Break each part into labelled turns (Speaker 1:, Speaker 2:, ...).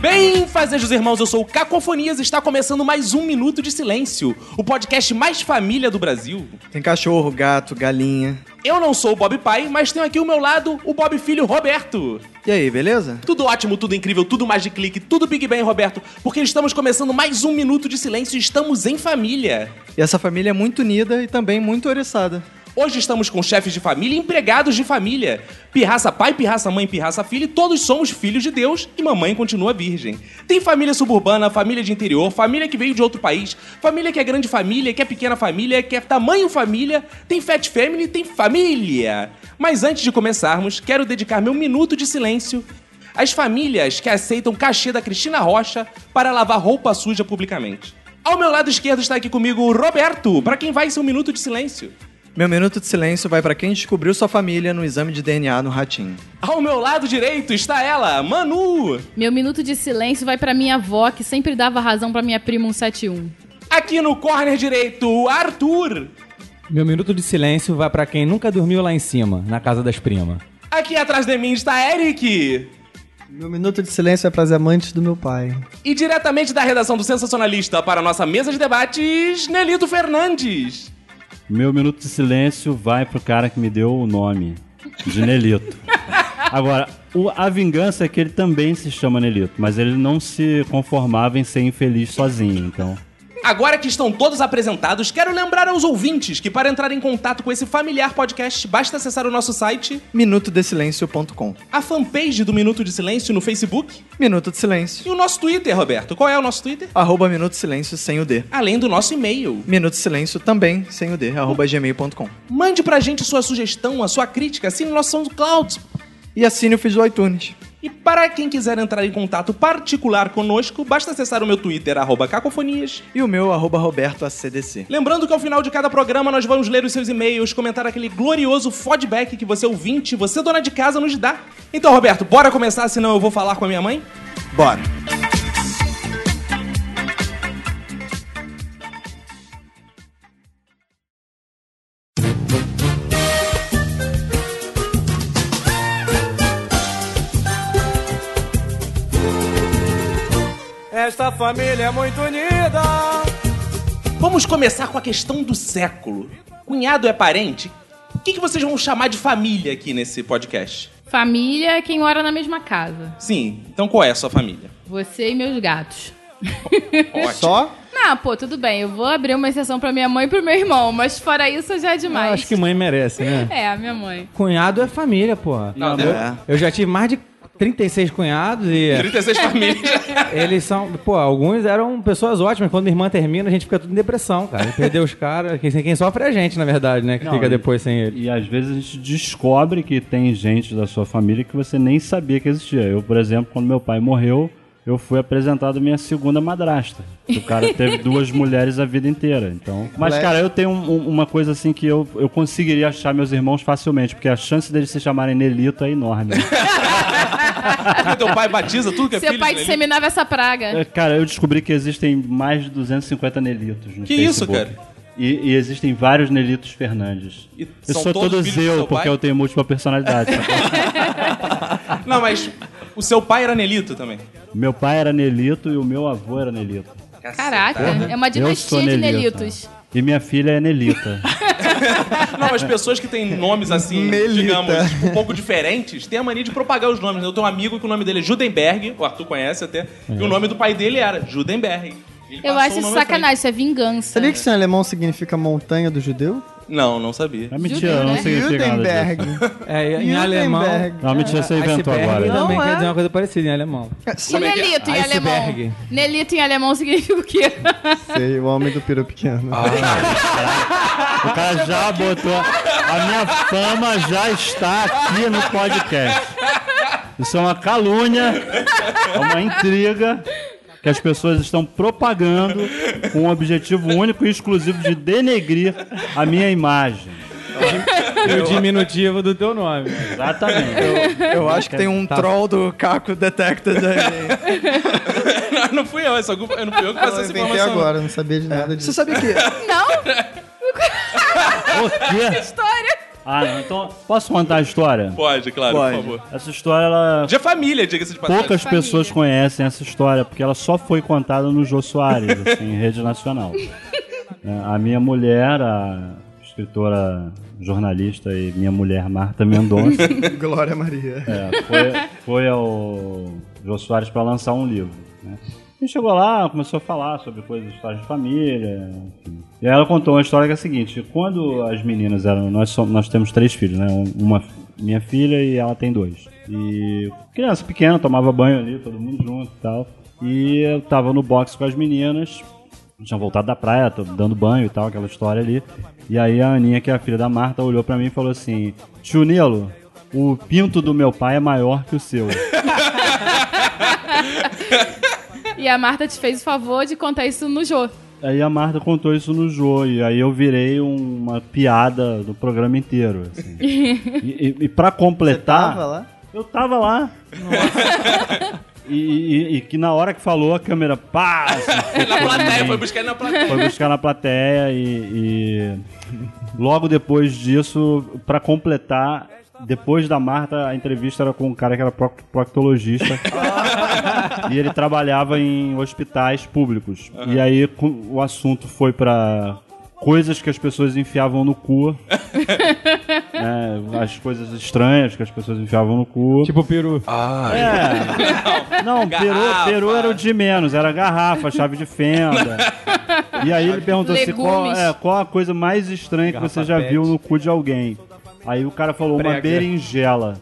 Speaker 1: Bem, fazejos irmãos, eu sou o Cacofonias e está começando mais um Minuto de Silêncio, o podcast mais família do Brasil.
Speaker 2: Tem cachorro, gato, galinha.
Speaker 1: Eu não sou o Bob Pai, mas tenho aqui ao meu lado o Bob Filho Roberto.
Speaker 2: E aí, beleza?
Speaker 1: Tudo ótimo, tudo incrível, tudo mais de clique, tudo Big Bang, Roberto, porque estamos começando mais um Minuto de Silêncio e estamos em família.
Speaker 2: E essa família é muito unida e também muito oriçada.
Speaker 1: Hoje estamos com chefes de família e empregados de família. Pirraça pai, pirraça mãe, pirraça filho, e todos somos filhos de Deus e mamãe continua virgem. Tem família suburbana, família de interior, família que veio de outro país, família que é grande família, que é pequena família, que é tamanho família, tem fat family, tem família. Mas antes de começarmos, quero dedicar meu minuto de silêncio às famílias que aceitam cachê da Cristina Rocha para lavar roupa suja publicamente. Ao meu lado esquerdo está aqui comigo o Roberto, para quem vai ser um minuto de silêncio.
Speaker 2: Meu minuto de silêncio vai pra quem descobriu sua família no exame de DNA no ratinho.
Speaker 1: Ao meu lado direito está ela, Manu!
Speaker 3: Meu minuto de silêncio vai pra minha avó, que sempre dava razão pra minha prima 171.
Speaker 1: Aqui no corner direito, o Arthur!
Speaker 4: Meu minuto de silêncio vai pra quem nunca dormiu lá em cima, na casa das primas.
Speaker 1: Aqui atrás de mim está Eric!
Speaker 5: Meu minuto de silêncio é pras amantes do meu pai.
Speaker 1: E diretamente da redação do Sensacionalista para a nossa mesa de debates, Nelito Fernandes!
Speaker 6: Meu minuto de silêncio vai pro cara que me deu o nome de Nelito. Agora, o- a vingança é que ele também se chama Nelito, mas ele não se conformava em ser infeliz sozinho, então.
Speaker 1: Agora que estão todos apresentados, quero lembrar aos ouvintes que para entrar em contato com esse familiar podcast, basta acessar o nosso site,
Speaker 2: Minutodesilencio.com
Speaker 1: a fanpage do Minuto de Silêncio no Facebook
Speaker 2: Minuto de Silêncio.
Speaker 1: e o nosso Twitter, Roberto. Qual é o nosso Twitter?
Speaker 2: Arroba Minuto de Silêncio sem o D.
Speaker 1: Além do nosso e-mail.
Speaker 2: Minuto de Silêncio também sem o D. Arroba gmail.com.
Speaker 1: Mande pra gente sua sugestão, a sua crítica, assim assine nosso SoundCloud.
Speaker 2: E assine o feed do iTunes.
Speaker 1: E para quem quiser entrar em contato particular conosco, basta acessar o meu Twitter, arroba cacofonias.
Speaker 2: E o meu, arroba Roberto ACDC.
Speaker 1: Lembrando que ao final de cada programa nós vamos ler os seus e-mails, comentar aquele glorioso feedback que você ouvinte, você dona de casa, nos dá. Então, Roberto, bora começar, senão eu vou falar com a minha mãe?
Speaker 2: Bora.
Speaker 7: Esta família é muito unida.
Speaker 1: Vamos começar com a questão do século. Cunhado é parente? O que, que vocês vão chamar de família aqui nesse podcast?
Speaker 3: Família é quem mora na mesma casa.
Speaker 1: Sim, então qual é a sua família?
Speaker 3: Você e meus gatos.
Speaker 2: Só?
Speaker 3: Ah, pô, tudo bem. Eu vou abrir uma exceção pra minha mãe e pro meu irmão, mas fora isso já é demais.
Speaker 4: Eu acho que mãe merece, né?
Speaker 3: É, a minha mãe.
Speaker 4: Cunhado é família, porra.
Speaker 1: Não,
Speaker 2: É.
Speaker 1: deu-
Speaker 4: Eu já tive mais de 36 cunhados e
Speaker 1: 36 famílias.
Speaker 4: eles são, pô, alguns eram pessoas ótimas. Quando minha irmã termina, a gente fica tudo em depressão, cara. Perdeu os caras. Quem, quem sofre é a gente, na verdade, né? Que
Speaker 6: Não,
Speaker 4: fica
Speaker 6: e-
Speaker 4: depois sem ele.
Speaker 6: E às vezes a gente descobre que tem gente da sua família que você nem sabia que existia. Eu, por exemplo, quando meu pai morreu, eu fui apresentado à minha segunda madrasta. O cara teve duas mulheres a vida inteira. Então, mas cara, eu tenho um- um- uma coisa assim que eu, eu conseguiria achar meus irmãos facilmente, porque a chance deles se chamarem Nelito é enorme.
Speaker 1: Porque teu pai batiza tudo que é
Speaker 3: Seu
Speaker 1: filho
Speaker 3: pai
Speaker 1: dele.
Speaker 3: disseminava essa praga.
Speaker 6: É, Cara, eu descobri que existem mais de 250 Nelitos no
Speaker 1: Que
Speaker 6: Facebook.
Speaker 1: isso, cara?
Speaker 6: E, e existem vários Nelitos Fernandes.
Speaker 1: E
Speaker 6: eu
Speaker 1: são
Speaker 6: sou
Speaker 1: todos
Speaker 6: todos
Speaker 1: filhos do seu
Speaker 6: eu, porque
Speaker 1: pai?
Speaker 6: eu tenho múltipla personalidade. sabe?
Speaker 1: Não, mas o seu pai era Nelito também.
Speaker 6: Meu pai era Nelito e o meu avô era Nelito.
Speaker 3: Caraca, é uma
Speaker 6: Eu
Speaker 3: dinastia
Speaker 6: sou
Speaker 3: de
Speaker 6: Nelito.
Speaker 3: nelitos.
Speaker 6: E minha filha é Nelita.
Speaker 1: Não, as pessoas que têm nomes assim, digamos, um pouco diferentes, têm a mania de propagar os nomes. Eu tenho um amigo que o nome dele é Judenberg, o Arthur conhece até, e o nome do pai dele era Judenberg. Ele
Speaker 3: Eu
Speaker 1: passou
Speaker 3: acho
Speaker 1: o
Speaker 3: isso
Speaker 1: nome à
Speaker 3: sacanagem, isso é vingança.
Speaker 5: Sabia que isso em alemão significa montanha do judeu?
Speaker 1: frente. Não, não sabia.
Speaker 6: É mentira,
Speaker 3: né?
Speaker 6: não significa nada disso.
Speaker 5: Judenberg.
Speaker 4: É, em alemão.
Speaker 5: Judenberg.
Speaker 6: Não, mentira, você inventou
Speaker 4: iceberg
Speaker 6: agora.
Speaker 4: também
Speaker 5: Não
Speaker 4: quer
Speaker 5: é.
Speaker 4: dizer uma coisa parecida em alemão.
Speaker 3: E Nelito em
Speaker 4: Iceberg.
Speaker 3: alemão? Nelito em alemão significa o quê?
Speaker 5: Sei, o homem do peru pequeno.
Speaker 6: O cara já botou. A minha fama já está aqui no podcast. Isso é uma calúnia, é uma intriga que as pessoas estão propagando com o objetivo único e exclusivo de denegrir a minha imagem.
Speaker 4: E o diminutivo do teu nome.
Speaker 6: Exatamente.
Speaker 2: Eu acho que tem
Speaker 1: Tá.
Speaker 2: um troll do Caco Detected aí.
Speaker 1: Não, não fui eu, essa culpa, não fui eu que passei
Speaker 5: Eu
Speaker 1: essa
Speaker 5: inventei
Speaker 1: informação.
Speaker 5: agora, não sabia de nada
Speaker 2: É. Você
Speaker 5: disso.
Speaker 2: sabia que
Speaker 3: Não?
Speaker 6: O quê?
Speaker 3: História.
Speaker 6: Ah, não. Então, posso contar a história?
Speaker 1: Pode, claro,
Speaker 2: Pode.
Speaker 1: por favor.
Speaker 6: Essa história, ela
Speaker 1: De família, diga-se de passagem.
Speaker 6: Poucas
Speaker 3: Família.
Speaker 6: pessoas conhecem essa história, porque ela só foi contada no Jô Soares, assim, em rede nacional. É, A minha mulher, a escritora, jornalista e minha mulher, Marta Mendonça,
Speaker 5: Glória Maria.
Speaker 6: é, foi, foi ao Jô Soares para lançar um livro. Né? E chegou lá, começou a falar sobre coisas, histórias de família. Enfim. E aí ela contou uma história que é a seguinte: quando as meninas eram. Nós, somos, nós temos três filhos, né? Um- Uma minha filha e ela tem dois. E criança pequena, tomava banho ali, todo mundo junto e tal. E eu tava no box com as meninas tinha voltado da praia, tô dando banho e tal, aquela história ali. E aí a Aninha, que é a filha da Marta, olhou pra mim e falou assim: Tio Nilo, o pinto do meu pai é maior que o seu.
Speaker 3: E a Marta te fez o favor de contar isso no Jô.
Speaker 6: aí a Marta contou isso no Jô, e aí eu virei uma piada do programa inteiro. assim. e, e, e pra completar.
Speaker 5: Tava lá?
Speaker 6: Eu tava lá. E, e- e que na hora que falou, a câmera pá! assim,
Speaker 1: Na plateia,
Speaker 6: mim.
Speaker 1: foi buscar ele na plateia.
Speaker 6: foi buscar na plateia e, e logo depois disso, pra completar, depois da Marta, a entrevista era com um cara que era proc- proctologista e ele trabalhava em hospitais públicos. E aí cu- o assunto foi pra coisas que as pessoas enfiavam no cu, né, as coisas estranhas que as pessoas enfiavam no cu.
Speaker 4: Tipo peru.
Speaker 6: Não, peru,
Speaker 1: Garrafa.
Speaker 6: peru era o de menos, era garrafa, chave de fenda. E aí ele perguntou assim: qual,
Speaker 3: Legumes.
Speaker 6: é, qual a coisa mais estranha que você já
Speaker 4: pet.
Speaker 6: viu no cu de alguém? Aí o cara falou uma
Speaker 4: Prega.
Speaker 6: berinjela.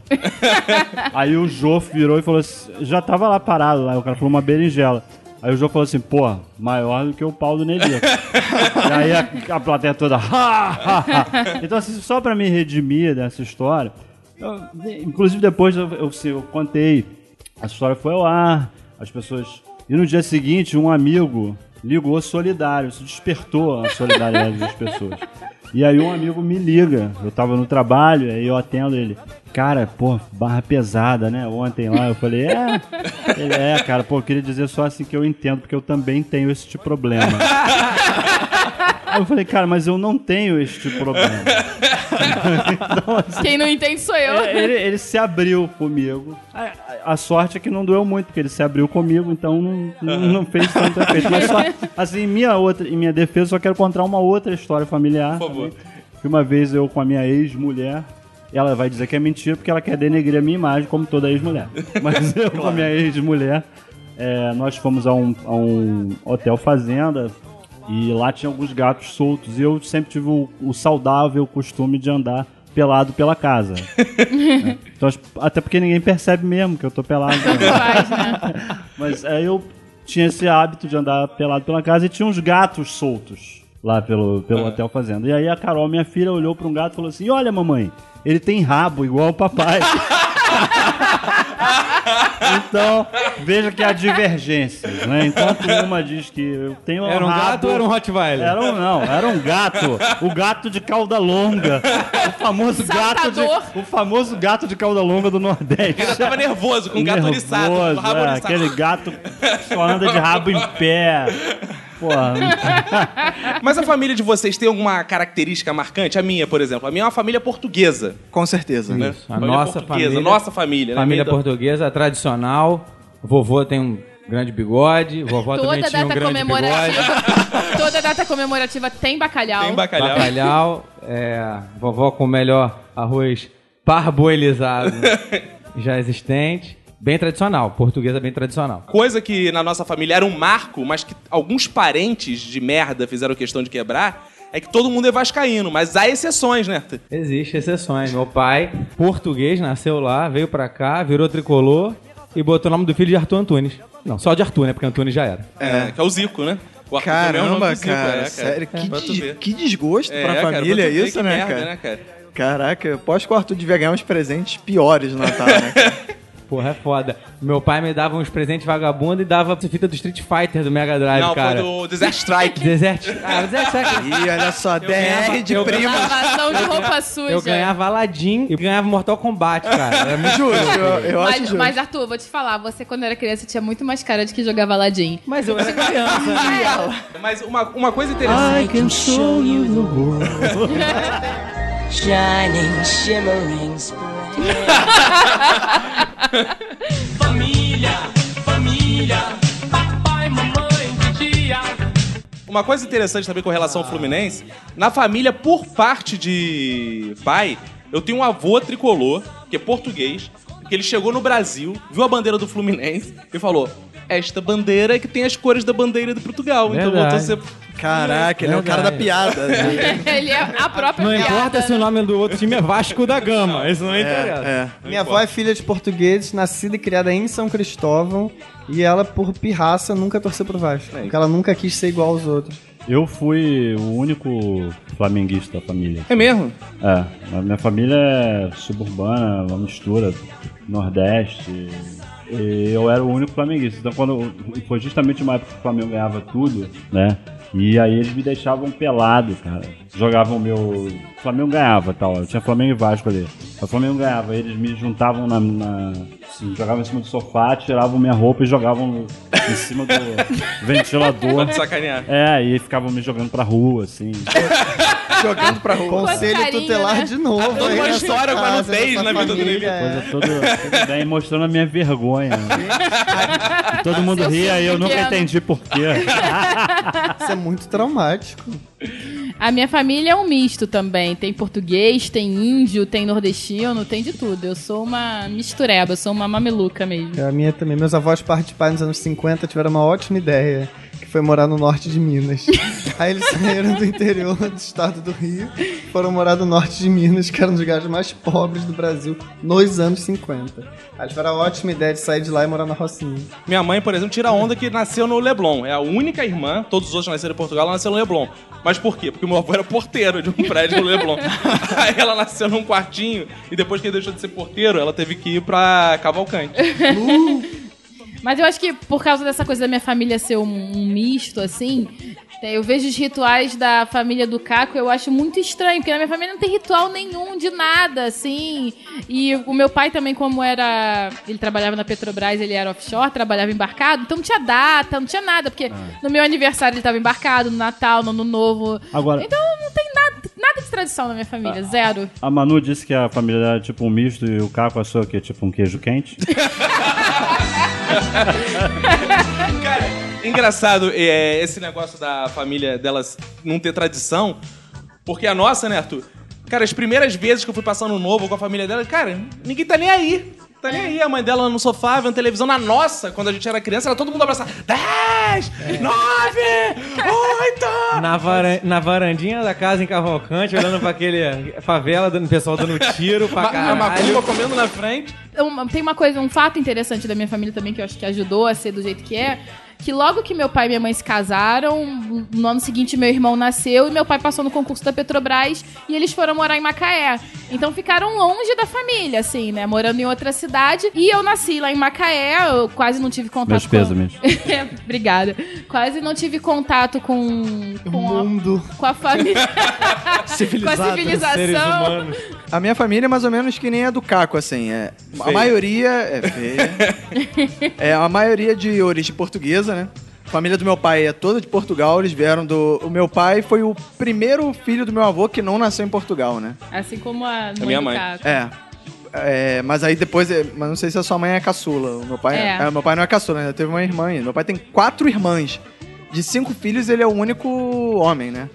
Speaker 6: aí o Jô virou e falou assim, já tava lá parado lá, o cara falou uma berinjela. Aí o Jô falou assim, pô, maior do que o pau do Nelly. e aí a, a plateia toda. "Ha, ha, ha." então, assim, só pra me redimir dessa história, eu- inclusive depois eu, eu- eu contei. A história foi ao ar, as pessoas. E no dia seguinte, um amigo ligou solidário, isso despertou a solidariedade das pessoas. E aí um amigo me liga, eu tava no trabalho, aí eu atendo ele. Cara, pô, barra pesada, né? Ontem lá eu falei, é. Ele, é, cara, pô, eu queria dizer só assim que eu entendo, porque eu também tenho este problema. Aí eu falei, cara, mas eu não tenho este problema. Então,
Speaker 3: Quem não entende sou eu.
Speaker 6: É, ele, ele se abriu comigo. A, a- a sorte é que não doeu muito, porque ele se abriu comigo, então não, não- não fez tanto efeito. Mas só, assim, em minha, outra, em minha defesa, só quero contar uma outra história familiar.
Speaker 1: Por favor.
Speaker 6: Que uma vez eu com a minha ex-mulher. Ela vai dizer que é mentira porque ela quer denegrir a minha imagem, como toda ex-mulher. Mas eu, com a minha ex-mulher, é, nós fomos a um, a um hotel fazenda e lá tinha alguns gatos soltos. E eu sempre tive o, o saudável costume de andar pelado pela casa. Né? Então, as- até porque ninguém percebe mesmo que eu tô pelado.
Speaker 3: Tanto faz, né?
Speaker 6: Mas aí eu tinha esse hábito de andar pelado pela casa e tinha uns gatos soltos lá pelo, pelo
Speaker 4: Ah.
Speaker 6: hotel fazenda. E aí a Carol, minha filha, olhou pra um gato e falou assim: Olha, mamãe, ele tem rabo igual o papai. Então, veja que há divergências, né? Enquanto uma diz que eu tenho
Speaker 4: Era um
Speaker 6: rabo-
Speaker 4: gato ou era um Rottweiler?
Speaker 6: era um, não, era um gato. O gato de cauda longa. O famoso gato de,
Speaker 3: Saltador.
Speaker 6: o famoso gato de cauda longa do Nordeste.
Speaker 1: Ainda tava nervoso, com o Um gato
Speaker 6: Nervoso,
Speaker 1: oriçado, com o rabo
Speaker 6: é,
Speaker 1: oriçado.
Speaker 6: aquele gato que só anda de rabo em pé. Porra,
Speaker 1: Mas a família de vocês tem alguma característica marcante? A minha, por exemplo. A minha é uma família portuguesa.
Speaker 2: Com certeza.
Speaker 1: né?
Speaker 4: A nossa família.
Speaker 1: Nossa família. né? Meio
Speaker 4: Família
Speaker 1: da-
Speaker 4: portuguesa, tradicional. Vovô tem um grande bigode. Vovó também
Speaker 3: Toda
Speaker 4: tinha um
Speaker 3: data
Speaker 4: grande bigode.
Speaker 3: comemorativa. Toda data comemorativa tem bacalhau.
Speaker 1: Tem bacalhau.
Speaker 4: Bacalhau. é, vovó com o melhor arroz parboilizado já existente. Bem tradicional. Portuguesa bem tradicional.
Speaker 1: Coisa que na nossa família era um marco, mas que alguns parentes de merda fizeram questão de quebrar, é que todo mundo é vascaíno, mas há exceções, né?
Speaker 4: Existem exceções. Meu pai, português, nasceu lá, veio pra cá, virou tricolor e botou o nome do filho de Arthur Antunes. Não, só de Arthur, né? Porque Antunes já era.
Speaker 1: É. Que é o Zico, né? O Arthur também é o nome
Speaker 2: Caramba,
Speaker 1: do Zico, é,
Speaker 2: cara,
Speaker 1: cara.
Speaker 2: sério, que,
Speaker 1: Pra tu
Speaker 2: des-
Speaker 1: ver.
Speaker 2: que desgosto
Speaker 1: É,
Speaker 2: pra
Speaker 1: cara, pra
Speaker 2: família
Speaker 1: tu ver
Speaker 2: isso,
Speaker 1: que
Speaker 2: né,
Speaker 1: merda,
Speaker 2: cara?
Speaker 1: né, cara?
Speaker 2: Caraca, eu aposto que o Arthur devia ganhar uns presentes piores no Natal, né? cara?
Speaker 4: Porra, é foda. Meu pai me dava uns presentes vagabundo e dava fita do Street Fighter do Mega Drive,
Speaker 1: Não,
Speaker 4: cara.
Speaker 1: foi do Desert Strike.
Speaker 4: Desert. Ah, Desert Strike.
Speaker 2: Ih, olha só, DR de primo.
Speaker 3: Lavação de roupa suja.
Speaker 4: Eu ganhava Aladdin e ganhava Mortal Kombat, cara. Era muito
Speaker 2: Juro, eu, eu acho
Speaker 3: Mas,
Speaker 2: justo.
Speaker 3: mas, Arthur, vou te falar, você quando era criança tinha muito mais cara de que jogava Aladdin.
Speaker 4: Mas eu era criança.
Speaker 1: Mas uma, uma coisa interessante.
Speaker 8: Shining, shimmering spray.
Speaker 1: Uma coisa interessante também com relação ao Fluminense, na família, por parte de pai, eu tenho um avô tricolor, que é português, que ele chegou no Brasil, viu a bandeira do Fluminense e falou: Esta bandeira é que tem as cores da bandeira de Portugal. Então
Speaker 4: Verdade.
Speaker 1: voltou a ser.
Speaker 2: Caraca, ele é o cara da piada. né?
Speaker 3: Ele é a própria
Speaker 4: Não
Speaker 3: piada,
Speaker 4: importa se o
Speaker 3: né?
Speaker 4: nome do outro time é Vasco da Gama. Isso não interessa.
Speaker 2: É.
Speaker 5: Minha avó é filha de portugueses, nascida e criada em São Cristóvão. E ela, por pirraça, nunca torceu pro
Speaker 1: É
Speaker 5: Vasco. Porque ela nunca quis ser igual aos outros.
Speaker 6: Eu fui o único flamenguista da família.
Speaker 1: É mesmo?
Speaker 6: É, a minha família é suburbana, uma mistura, nordeste. E eu era o único flamenguista. Então quando foi justamente uma época que o Flamengo ganhava tudo, né? E aí eles me deixavam pelado, cara. Jogavam o meu. O Flamengo ganhava tal. Eu tinha Flamengo e Vasco ali. O Flamengo ganhava, eles me juntavam na. na- assim, jogavam em cima do sofá, tiravam minha roupa e jogavam em cima do ventilador.
Speaker 1: Pode sacanear.
Speaker 6: É, e ficavam me jogando pra rua, assim.
Speaker 2: Jogando pra rua.
Speaker 5: Conselho
Speaker 3: carinho,
Speaker 5: tutelar
Speaker 3: né?
Speaker 5: de novo.
Speaker 1: Ah, toda
Speaker 5: aí
Speaker 1: uma
Speaker 5: nessa
Speaker 1: história com a
Speaker 5: casa,
Speaker 1: nudez
Speaker 5: nessa
Speaker 1: na vida do
Speaker 5: família,
Speaker 6: Coisa
Speaker 5: é.
Speaker 6: toda, toda bem, mostrando a minha vergonha. E todo mundo
Speaker 3: Seu
Speaker 6: ria e eu nunca
Speaker 3: pequeno.
Speaker 6: entendi porquê.
Speaker 5: Isso é muito traumático.
Speaker 3: A minha família é um misto também. Tem português, tem índio, tem nordestino, tem de tudo. Eu sou uma mistureba, eu sou uma mameluca mesmo.
Speaker 5: A minha também. Meus avós, por parte de pai, nos anos 50, tiveram uma ótima ideia, que foi morar no norte de Minas. Aí eles saíram do interior do estado do Rio, foram morar no norte de Minas, que era um dos lugares mais pobres do Brasil, nos anos 50. Aí tiveram a ótima ideia de sair de lá e morar na Rocinha.
Speaker 1: Minha mãe, por exemplo, tira onda que nasceu no Leblon. É a única irmã, todos os outros nasceram em Portugal, ela nasceu no Leblon. Mas por quê? Porque meu avô era porteiro de um prédio no Leblon. Aí ela nasceu num quartinho e depois que ele deixou de ser porteiro, ela teve que ir pra Cavalcante.
Speaker 3: Mas eu acho que por causa dessa coisa da minha família ser um, um misto, assim, tem- eu vejo os rituais da família do Caco, eu acho muito estranho, porque na minha família não tem ritual nenhum de nada, assim. E o meu pai também, como era. Ele trabalhava na Petrobras, ele era offshore, trabalhava embarcado, então não tinha data, não tinha nada, porque no meu aniversário ele estava embarcado, no Natal, no Ano Novo.
Speaker 6: Agora-
Speaker 3: Então não tem nada, nada de tradição na minha família, zero.
Speaker 6: A Manu disse que a família era tipo um misto e o Caco achou que é tipo um queijo quente.
Speaker 1: Cara, engraçado é, esse negócio da família delas não ter tradição, porque a nossa, né, Arthur? Cara, as primeiras vezes que eu fui passar no novo com a família dela, cara, ninguém tá nem aí. Tá nem aí. A mãe dela no sofá, vendo televisão. Na nossa, quando a gente era criança, era todo mundo abraçado. 10,
Speaker 4: É.
Speaker 1: 9, 8.
Speaker 4: Na, varan- na varandinha da casa em Cavalcante, olhando pra aquele eh, favela, dando pessoal dando tiro pra
Speaker 1: A
Speaker 4: caralho.
Speaker 1: macumba comendo na frente.
Speaker 3: um- tem uma coisa, um fato interessante da minha família também que eu acho que ajudou a ser do jeito que é. Que logo que meu pai e minha mãe se casaram, no ano seguinte meu irmão nasceu e meu pai passou no concurso da Petrobras e eles foram morar em Macaé. Então ficaram longe da família, assim, né? Morando em outra cidade. E eu nasci lá em Macaé, eu quase não tive contato
Speaker 6: Meus
Speaker 3: com.
Speaker 6: pêsames.
Speaker 3: É, Obrigada. Quase não tive contato com, com, a,
Speaker 5: Mundo.
Speaker 3: com a família. com a
Speaker 4: Seres
Speaker 3: civilização.
Speaker 4: humanos.
Speaker 2: A minha família é mais ou menos que nem a do Caco, assim. É, a maioria é feia. é, a maioria de origem portuguesa, né? A família do meu pai é toda de Portugal, eles vieram do. O meu pai foi o primeiro filho do meu avô que não nasceu em Portugal, né?
Speaker 3: Assim como a mãe
Speaker 1: minha
Speaker 3: do
Speaker 1: mãe.
Speaker 3: Caco.
Speaker 2: É. É, mas aí depois, é, mas não sei se a sua mãe é caçula. O meu pai,
Speaker 3: É.
Speaker 2: é, meu pai não é caçula, ainda teve uma irmã. ainda. Meu pai tem quatro irmãs. De cinco filhos, ele é o único homem, né?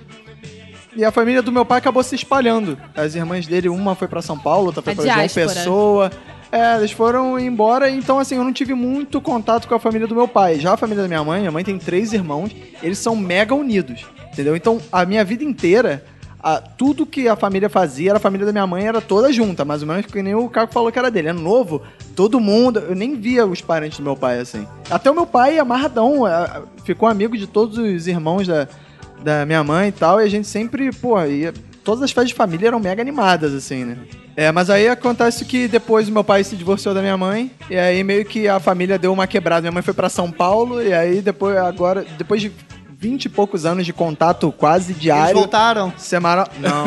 Speaker 2: E a família do meu pai acabou se espalhando. As irmãs dele, uma foi pra São Paulo, outra foi
Speaker 3: A
Speaker 2: pra João
Speaker 3: diáspora.
Speaker 2: Pessoa. É, eles foram embora, então assim, eu não tive muito contato com a família do meu pai. Já a família da minha mãe, minha mãe tem três irmãos, eles são mega unidos, entendeu? Então, a minha vida inteira, a- tudo que a família fazia, era a família da minha mãe, era toda junta, mais ou menos que nem o Caco falou que era dele. Ano novo, todo mundo, eu nem via os parentes do meu pai, assim. Até o meu pai, amarradão, é, a- a- ficou amigo de todos os irmãos da, da minha mãe e tal, e a gente sempre, porra, ia todas as festas de família eram mega animadas, assim, né? É, mas aí acontece que depois o meu pai se divorciou da minha mãe, e aí meio que a família deu uma quebrada. Minha mãe foi pra São Paulo, e aí depois, agora, depois de vinte e poucos anos de contato quase
Speaker 5: Eles
Speaker 2: diário.
Speaker 5: voltaram.
Speaker 2: Semanal. Não.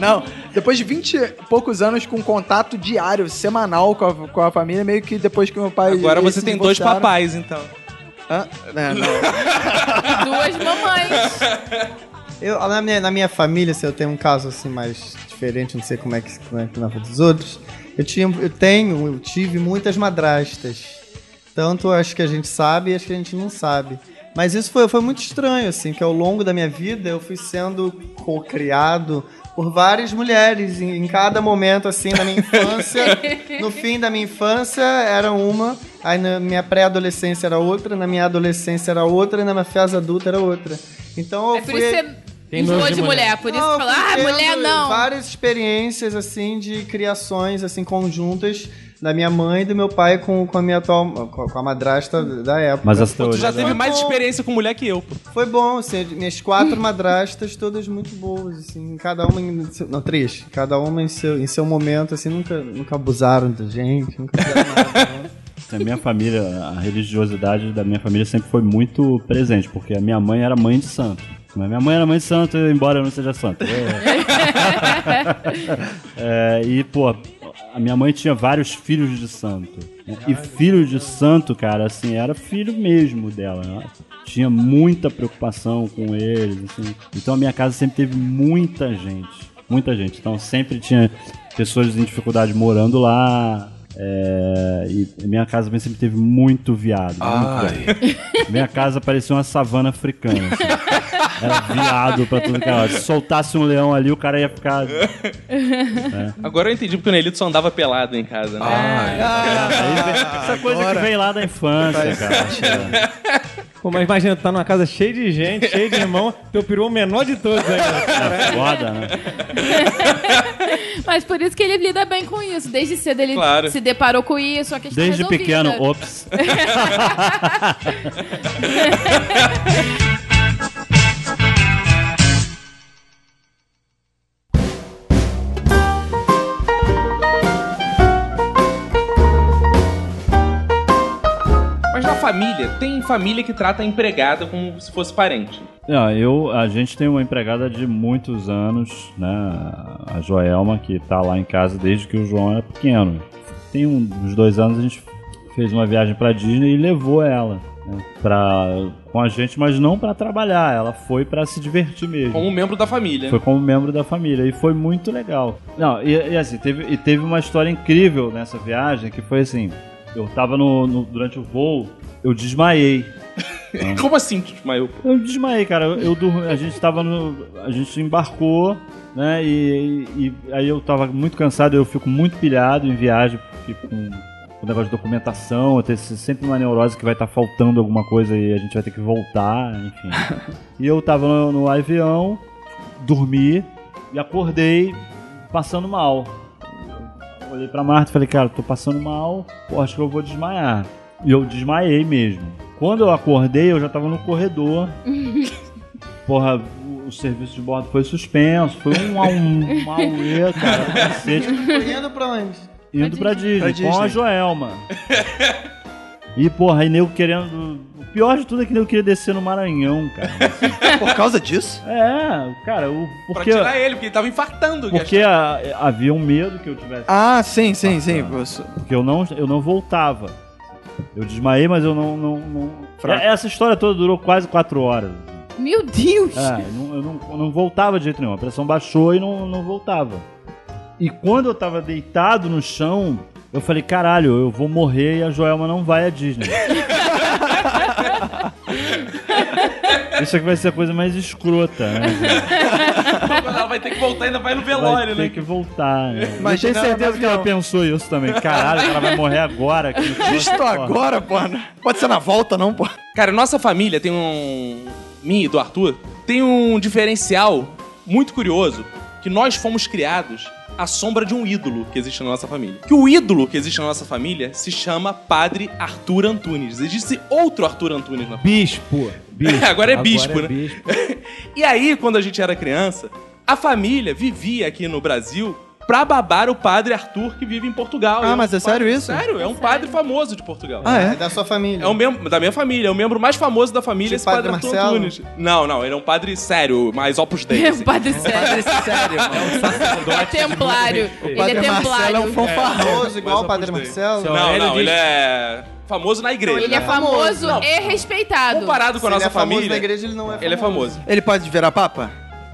Speaker 2: Não. Depois de 20 e poucos anos com contato diário, semanal com a, com a família, meio que depois que meu pai.
Speaker 1: Agora
Speaker 2: eles
Speaker 1: você
Speaker 2: se
Speaker 1: tem dois
Speaker 2: divorciaram-
Speaker 1: papais, então.
Speaker 2: Hã? É, não.
Speaker 3: E duas mamães.
Speaker 5: Eu, na, minha, na minha família, se eu tenho um caso assim mais diferente, não sei como é que, como é que na vida dos outros, eu, tinha, eu tenho, eu tive muitas madrastas. Tanto as que a gente sabe e as que a gente não sabe. Mas isso foi, foi muito estranho, assim, que ao longo da minha vida eu fui sendo co-criado por várias mulheres. Em, em cada momento, assim, na minha infância. no fim da minha infância era uma, aí na minha pré-adolescência era outra, na minha adolescência era outra e na minha fase adulta era outra. Então eu
Speaker 3: É por
Speaker 5: fui
Speaker 3: isso que você
Speaker 4: Tem
Speaker 3: enjoou
Speaker 4: nojo de
Speaker 3: de mulher. Por isso
Speaker 5: não,
Speaker 3: que falou,
Speaker 5: eu fui
Speaker 3: ah,
Speaker 5: tendo
Speaker 3: mulher não.
Speaker 5: Várias experiências, assim, de criações, assim, conjuntas da minha mãe e do meu pai com, com a minha atual... com a- com a madrasta da época.
Speaker 6: Mas essa
Speaker 1: Tu
Speaker 6: teoria.
Speaker 1: já teve mais
Speaker 5: bom.
Speaker 1: experiência com mulher que eu, pô.
Speaker 5: Foi bom, assim, minhas quatro madrastas, todas muito boas, assim, cada uma em seu, Não, três. Cada uma em seu, em seu momento, assim, nunca, nunca abusaram da gente, nunca fizeram nada. não.
Speaker 6: A minha família, a religiosidade da minha família sempre foi muito presente, porque a minha mãe era mãe de santo. Mas minha mãe era mãe de santo, embora eu não seja santo. É. É, e, pô, a minha mãe tinha vários filhos de santo. né? E filho de santo, cara, assim, era filho mesmo dela. né? Tinha muita preocupação com eles, assim. Então a minha casa sempre teve muita gente. Muita gente. Então sempre tinha pessoas em dificuldade morando lá. É, e minha casa também sempre teve muito viado. muito viado. Minha casa parecia uma savana africana. assim. Era viado pra tudo que era. lado. Se soltasse um leão ali, o cara ia ficar.
Speaker 1: Agora eu entendi porque o Nelito só andava pelado em casa, né?
Speaker 6: Essa coisa que vem lá da infância, cara.
Speaker 4: Pô, mas imagina, tu tá numa casa cheia de gente, cheia de irmão, teu peru é o menor de todos ainda.
Speaker 6: É foda, né?
Speaker 3: Mas por isso que ele lida bem com isso. Desde cedo ele
Speaker 1: Claro.
Speaker 3: se deparou com isso, a questão
Speaker 6: Desde
Speaker 3: resolvida.
Speaker 6: pequeno, ops.
Speaker 1: Mas na família, tem família que trata a empregada como se fosse parente.
Speaker 6: Não, eu, a gente tem uma empregada de muitos anos, né? A Joelma, que tá lá em casa desde que o João era pequeno. Tem um, uns dois anos a gente fez uma viagem pra Disney e levou ela né, pra- com a gente, mas não pra trabalhar. Ela foi pra se divertir mesmo.
Speaker 1: Como um membro da família.
Speaker 6: Foi como membro da família e foi muito legal. Não, e, e assim, teve, e teve uma história incrível nessa viagem que foi assim: eu tava no, no- durante o voo, eu desmaiei.
Speaker 1: Como assim, Tismael?
Speaker 6: Eu desmaiei, cara. Eu, eu dormi- a gente tava no. A gente embarcou, né? E, e- e aí eu tava muito cansado, eu fico muito pilhado em viagem, fico com o negócio de documentação, eu tenho sempre uma neurose que vai estar faltando alguma coisa e a gente vai ter que voltar, enfim. e eu tava no, no avião, dormi e acordei passando mal. Olhei pra Marta e falei, cara, tô passando mal, pô, acho que eu vou desmaiar. E eu desmaiei mesmo. Quando eu acordei, eu já tava no corredor. Porra, o- o serviço de bordo foi suspenso, foi um a um, um auê, cara, do cacete.
Speaker 5: Correndo pra onde?
Speaker 6: Indo pra Disney,
Speaker 2: Pra
Speaker 6: com a
Speaker 2: Disney.
Speaker 6: Joelma. E, porra, aí nego querendo... O pior de tudo é que nego queria descer no Maranhão, cara.
Speaker 2: Por causa disso?
Speaker 6: É, cara, o...
Speaker 1: Pra
Speaker 6: Porque,
Speaker 1: tirar ele, né? porque ele tava infartando.
Speaker 6: porque a- havia um medo que eu tivesse...
Speaker 2: Ah, tá. sim, sim, sim. Você-
Speaker 6: Porque eu não, eu não voltava. Eu desmaiei, mas eu não. não, não-
Speaker 2: Fraco.
Speaker 6: É, Essa história toda durou quase quatro horas.
Speaker 3: Meu Deus!
Speaker 4: Ah.
Speaker 6: É, eu não, eu não- eu não voltava de jeito nenhum. A pressão baixou e não, não voltava. E quando eu tava deitado no chão, eu falei: caralho, eu vou morrer e a Joelma não vai à Disney. Isso aqui vai ser a coisa mais escrota, né?
Speaker 1: Quando ela vai ter que voltar, ainda vai no
Speaker 6: Vai
Speaker 1: velório,
Speaker 6: ter
Speaker 1: né?
Speaker 6: que voltar. Né?
Speaker 2: Mas
Speaker 6: eu tenho
Speaker 2: não,
Speaker 6: certeza
Speaker 2: não,
Speaker 6: que ela
Speaker 2: não.
Speaker 6: pensou isso também. Caralho, ela vai morrer agora. aqui no
Speaker 2: Justo
Speaker 6: transporte.
Speaker 2: agora, pô. Pode ser na volta, não, pô.
Speaker 1: Cara, nossa família tem um. Minha e do Arthur, tem um diferencial muito curioso: que nós fomos criados à sombra de um ídolo que existe na nossa família. Que o ídolo que existe na nossa família se chama Padre Arthur Antunes. Existe outro Arthur Antunes na
Speaker 4: Bispo. bispo.
Speaker 1: Agora é bispo, né?
Speaker 4: bispo.
Speaker 1: E aí, quando a gente era criança, A família vivia aqui no Brasil pra babar o padre Arthur que vive em Portugal.
Speaker 2: Ah,
Speaker 1: É um
Speaker 2: mas é
Speaker 1: padre-
Speaker 2: sério isso?
Speaker 1: Sério, é um padre famoso de Portugal.
Speaker 2: Ah, é?
Speaker 5: da sua família.
Speaker 1: É um membro da minha família, é o membro mais famoso da família,
Speaker 5: Tipo
Speaker 1: esse padre,
Speaker 5: padre
Speaker 1: Arthur
Speaker 5: Marcelo?
Speaker 1: Antunes. Não, não, ele é um padre sério, mais opus dei.
Speaker 3: É
Speaker 1: assim.
Speaker 3: um padre sério.
Speaker 4: Sério,
Speaker 3: Ele é templário. Ele é templário.
Speaker 2: Marcelo é um fanfarrão.
Speaker 5: Famoso, igual o Padre Marcelo.
Speaker 4: Seu
Speaker 1: Não,
Speaker 4: Aurélio
Speaker 1: não,
Speaker 4: diz-
Speaker 1: ele é famoso na igreja.
Speaker 3: Ele é
Speaker 1: né?
Speaker 3: famoso e respeitado.
Speaker 1: Comparado com a
Speaker 5: Se
Speaker 1: nossa
Speaker 5: ele é famoso
Speaker 1: família,
Speaker 5: na igreja, ele não é famoso.
Speaker 1: ele é famoso.
Speaker 2: Ele pode virar papa?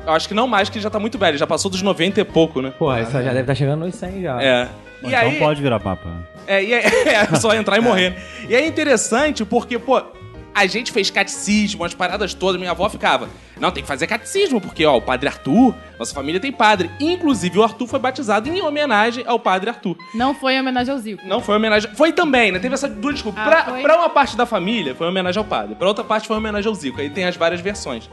Speaker 1: Eu acho que não mais, que ele já tá muito velho, já passou dos 90 e pouco, né?
Speaker 4: Pô, isso já deve estar chegando nos 100 já.
Speaker 2: Ah.
Speaker 1: É.
Speaker 6: Bom,
Speaker 1: E
Speaker 6: então
Speaker 1: aí,
Speaker 6: pode virar papa.
Speaker 1: É, e é, é só entrar e morrer. né? E é interessante porque, pô, a gente fez catecismo, as paradas todas, minha avó ficava. Não, tem que fazer catecismo, porque, ó, o padre Arthur, nossa família tem padre. Inclusive, o Arthur foi batizado em homenagem ao padre Arthur.
Speaker 3: Não foi em homenagem ao Zico.
Speaker 1: Não foi homenagem. Foi também, né? Teve essa duas desculpas.
Speaker 3: Ah,
Speaker 1: pra,
Speaker 3: foi?
Speaker 1: pra uma parte da família, foi homenagem ao padre. Pra outra parte, foi homenagem ao Zico. Aí tem as várias versões.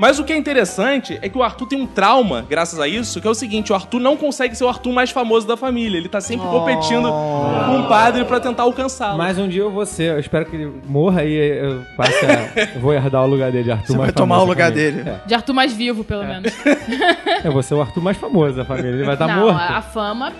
Speaker 1: Mas o que é interessante é que o Arthur tem um trauma, graças a isso, que é o seguinte: o Arthur não consegue ser o Arthur mais famoso da família. Ele tá sempre competindo com o padre pra tentar alcançá-lo.
Speaker 4: Mas um dia eu vou ser, eu espero que ele morra e eu, passe a- eu vou herdar o lugar dele, Arthur.
Speaker 2: Você
Speaker 4: mais
Speaker 2: vai tomar o
Speaker 4: famoso da
Speaker 2: lugar
Speaker 4: família.
Speaker 2: dele.
Speaker 3: De Arthur mais vivo, pelo menos.
Speaker 4: É, eu vou ser o Arthur mais famoso da família, ele vai estar
Speaker 3: não,
Speaker 4: Tá morto.
Speaker 3: a fama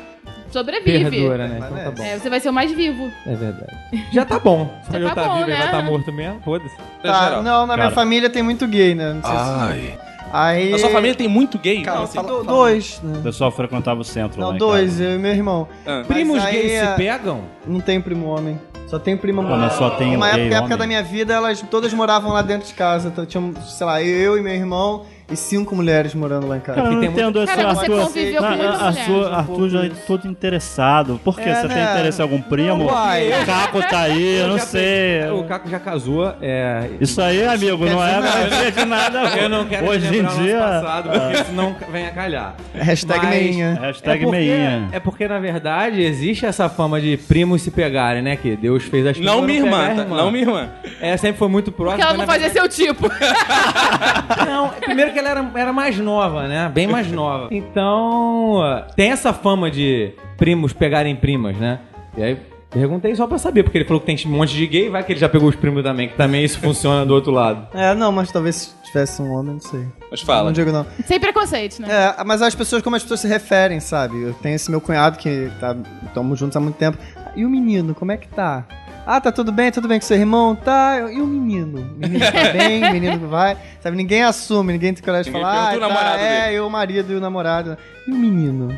Speaker 3: sobrevive.
Speaker 4: Perdura, né? Então tá bom.
Speaker 3: É, você vai ser o mais vivo.
Speaker 4: É verdade. Já tá bom. Só
Speaker 3: Já
Speaker 4: eu
Speaker 3: tá
Speaker 4: tá
Speaker 3: bom,
Speaker 4: vivo, ele vai
Speaker 3: né?
Speaker 4: estar morto mesmo, foda-se.
Speaker 1: Em
Speaker 5: Tá,
Speaker 1: né, geral.
Speaker 5: não, na minha
Speaker 6: Cara.
Speaker 5: família tem muito gay, né? Não sei
Speaker 9: Ai,
Speaker 5: se... Aí...
Speaker 1: A sua família tem muito gay?
Speaker 5: Cara,
Speaker 1: Não, assim.
Speaker 5: do- dois, né?
Speaker 6: O pessoal frequentava o centro lá
Speaker 5: Não,
Speaker 6: em
Speaker 5: dois,
Speaker 6: casa.
Speaker 5: eu e meu irmão.
Speaker 1: Ah.
Speaker 5: Mas
Speaker 4: Primos
Speaker 5: aí,
Speaker 4: gays
Speaker 5: é,
Speaker 4: se pegam?
Speaker 5: Não tem primo homem. Só tem prima
Speaker 6: Pô,
Speaker 5: mulher.
Speaker 6: mas só tem um
Speaker 5: Em uma
Speaker 6: gay
Speaker 5: época, época
Speaker 6: homem.
Speaker 5: da minha vida, elas todas moravam lá dentro de casa. Então, tinha, sei lá, eu e meu irmão e cinco mulheres morando lá em casa.
Speaker 6: Cara, eu não
Speaker 4: tem muito-
Speaker 6: Ah, entendo esse
Speaker 3: Cara, você
Speaker 6: Arthur.
Speaker 3: conviveu com
Speaker 6: Não,
Speaker 3: muitas
Speaker 6: a- a
Speaker 3: mulheres.
Speaker 6: sua- Arthur já é todo interessado. Por quê?
Speaker 5: É,
Speaker 6: Você
Speaker 5: né?
Speaker 6: tem interesse em algum primo?
Speaker 5: uai.
Speaker 6: o Caco tá aí, eu não
Speaker 4: já
Speaker 6: sei.
Speaker 4: O Caco já casou, é...
Speaker 6: Isso aí, amigo, não é garantia de nada.
Speaker 4: Eu não quero
Speaker 6: Hoje em
Speaker 4: lembrar o
Speaker 6: dia. ah.
Speaker 4: nosso passado, porque isso não vem a calhar.
Speaker 5: Hashtag
Speaker 4: Mas-
Speaker 5: meinha.
Speaker 6: Hashtag
Speaker 4: é porque,
Speaker 6: meinha.
Speaker 4: É porque, na verdade, existe essa fama de primos se pegarem, né? Que Deus fez as primas
Speaker 1: Não minha
Speaker 4: pegar a
Speaker 1: irmã, tá? não minha irmã.
Speaker 4: É, sempre foi muito próxima. né,
Speaker 3: Porque ela
Speaker 4: mas
Speaker 3: não
Speaker 4: na
Speaker 3: fazia seu tipo.
Speaker 4: Não, primeiro que ela era, era mais nova, né? Bem mais nova. Então, tem essa fama de primos pegarem primas, né? E aí, perguntei só pra saber, porque ele falou que tem um monte de gay, vai que ele já pegou os primos também, que também isso funciona do outro lado.
Speaker 5: É, não, mas talvez se tivesse um homem, não sei.
Speaker 1: Mas
Speaker 5: Não
Speaker 1: fala.
Speaker 5: digo não.
Speaker 3: Sem preconceito, né?
Speaker 5: É, mas as pessoas, como as pessoas se referem, sabe? Eu tenho esse meu cunhado que tá, estamos juntos há muito tempo. E o menino, como é que tá? Ah, tá tudo bem, tudo bem com seu irmão? Tá, e o menino? O menino tá bem, o menino vai. Sabe, ninguém assume, ninguém tem coragem de
Speaker 1: Ninguém
Speaker 5: falar. Ah,
Speaker 1: pergunta o
Speaker 5: tá,
Speaker 1: namorado
Speaker 5: é,
Speaker 1: dele."
Speaker 5: eu, o marido e o namorado. E o menino?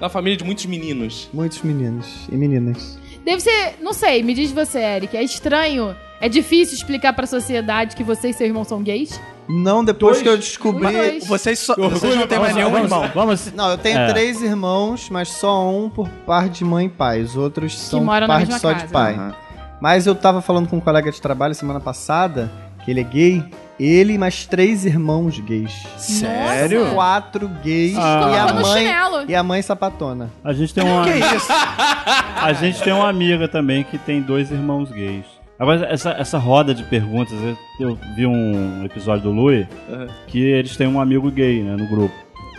Speaker 1: Da família de muitos meninos.
Speaker 5: Muitos meninos e meninas.
Speaker 3: Deve ser, não sei, me diz você, Eric, é estranho? É difícil explicar pra sociedade que você e seu irmão são gays?
Speaker 5: Não depois
Speaker 4: Dois?
Speaker 5: que eu descobri.
Speaker 3: Dois.
Speaker 2: Vocês, só, vocês não têm mais
Speaker 6: Vamos-
Speaker 2: nenhum
Speaker 6: vamos-
Speaker 2: irmão.
Speaker 6: Vamos.
Speaker 5: Não, eu tenho
Speaker 6: É.
Speaker 5: três irmãos, mas só um por par de mãe e pai. Os outros são
Speaker 3: moram na
Speaker 5: par
Speaker 3: mesma
Speaker 5: só
Speaker 3: casa.
Speaker 5: de pai. Mas eu tava falando com um colega de trabalho semana passada que ele é gay. Ele e mais três irmãos gays.
Speaker 2: Sério?
Speaker 3: Nossa.
Speaker 5: Quatro gays
Speaker 6: Ah.
Speaker 5: e a
Speaker 3: Colocou no
Speaker 5: mãe
Speaker 3: chinelo.
Speaker 5: e a mãe sapatona.
Speaker 6: A gente tem uma.
Speaker 2: Que isso?
Speaker 6: A gente tem uma amiga também que tem dois irmãos gays. Agora, essa, essa roda de perguntas, eu, eu vi um episódio do Louie que eles têm um amigo gay, né, no grupo.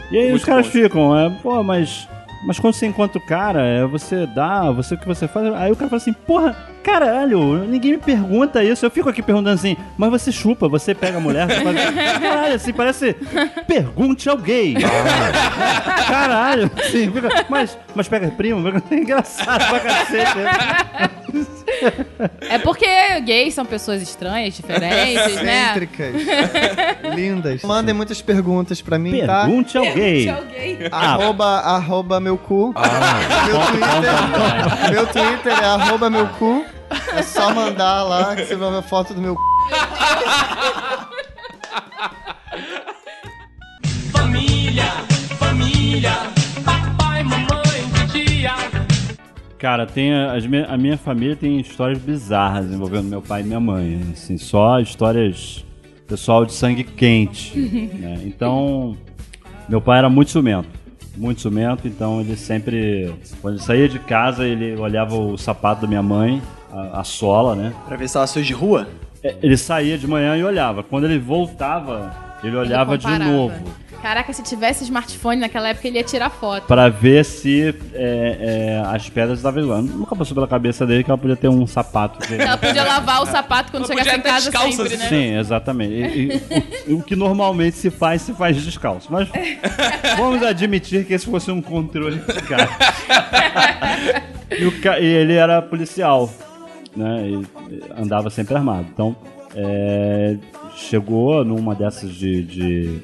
Speaker 6: E aí
Speaker 1: Muito
Speaker 6: os caras
Speaker 1: bom.
Speaker 6: ficam, é, pô, mas. Mas quando você encontra o cara, é, você dá, você o que você faz. Aí o cara fala assim, porra, caralho, ninguém me pergunta isso. Eu fico aqui perguntando assim, mas você chupa, você pega a mulher, você faz. Caralho, assim, parece. Pergunte ao gay. Caralho, sim, fica- mas, mas pega primo, é engraçado pra cacete. né?
Speaker 3: É porque gays são pessoas estranhas, diferentes, né?
Speaker 5: Cêntricas. Lindas. Mandem muitas perguntas pra mim, tá?
Speaker 6: Pergunte Ah, ao gay.
Speaker 3: alguém.
Speaker 5: Arroba, arroba meu cu. meu, Twitter, meu Twitter é arroba meu cu. É só mandar lá que você vai ver foto do meu cu.
Speaker 6: Cara, tem a, as mi- a minha família tem histórias bizarras envolvendo meu pai e minha mãe. Assim, só histórias pessoal de sangue quente. né? Então, meu pai era muito ciumento. Muito ciumento, então ele sempre. Quando ele saía de casa, ele olhava o sapato da minha mãe, a- a sola, né?
Speaker 2: Pra ver se ela suja de rua?
Speaker 6: É, Ele saía de manhã e olhava. Quando ele voltava Ele olhava de
Speaker 3: comparava.
Speaker 6: novo
Speaker 3: Caraca, se tivesse smartphone naquela época, ele ia tirar foto.
Speaker 6: Pra ver se é, é, as pedras estavam igual. Nunca passou pela cabeça dele que ela podia ter um sapato. dele.
Speaker 3: Ela podia lavar o sapato quando
Speaker 1: Ela podia
Speaker 3: chegasse em
Speaker 1: até
Speaker 3: casa
Speaker 1: descalça, assim.
Speaker 3: sempre, Tá né?
Speaker 6: Sim, exatamente. E- e o, o que normalmente se faz, se faz descalço. Mas vamos admitir que esse fosse um controle eficaz. e, o ca- e ele era policial, né? E e andava sempre armado. Então, é, chegou numa dessas de, de,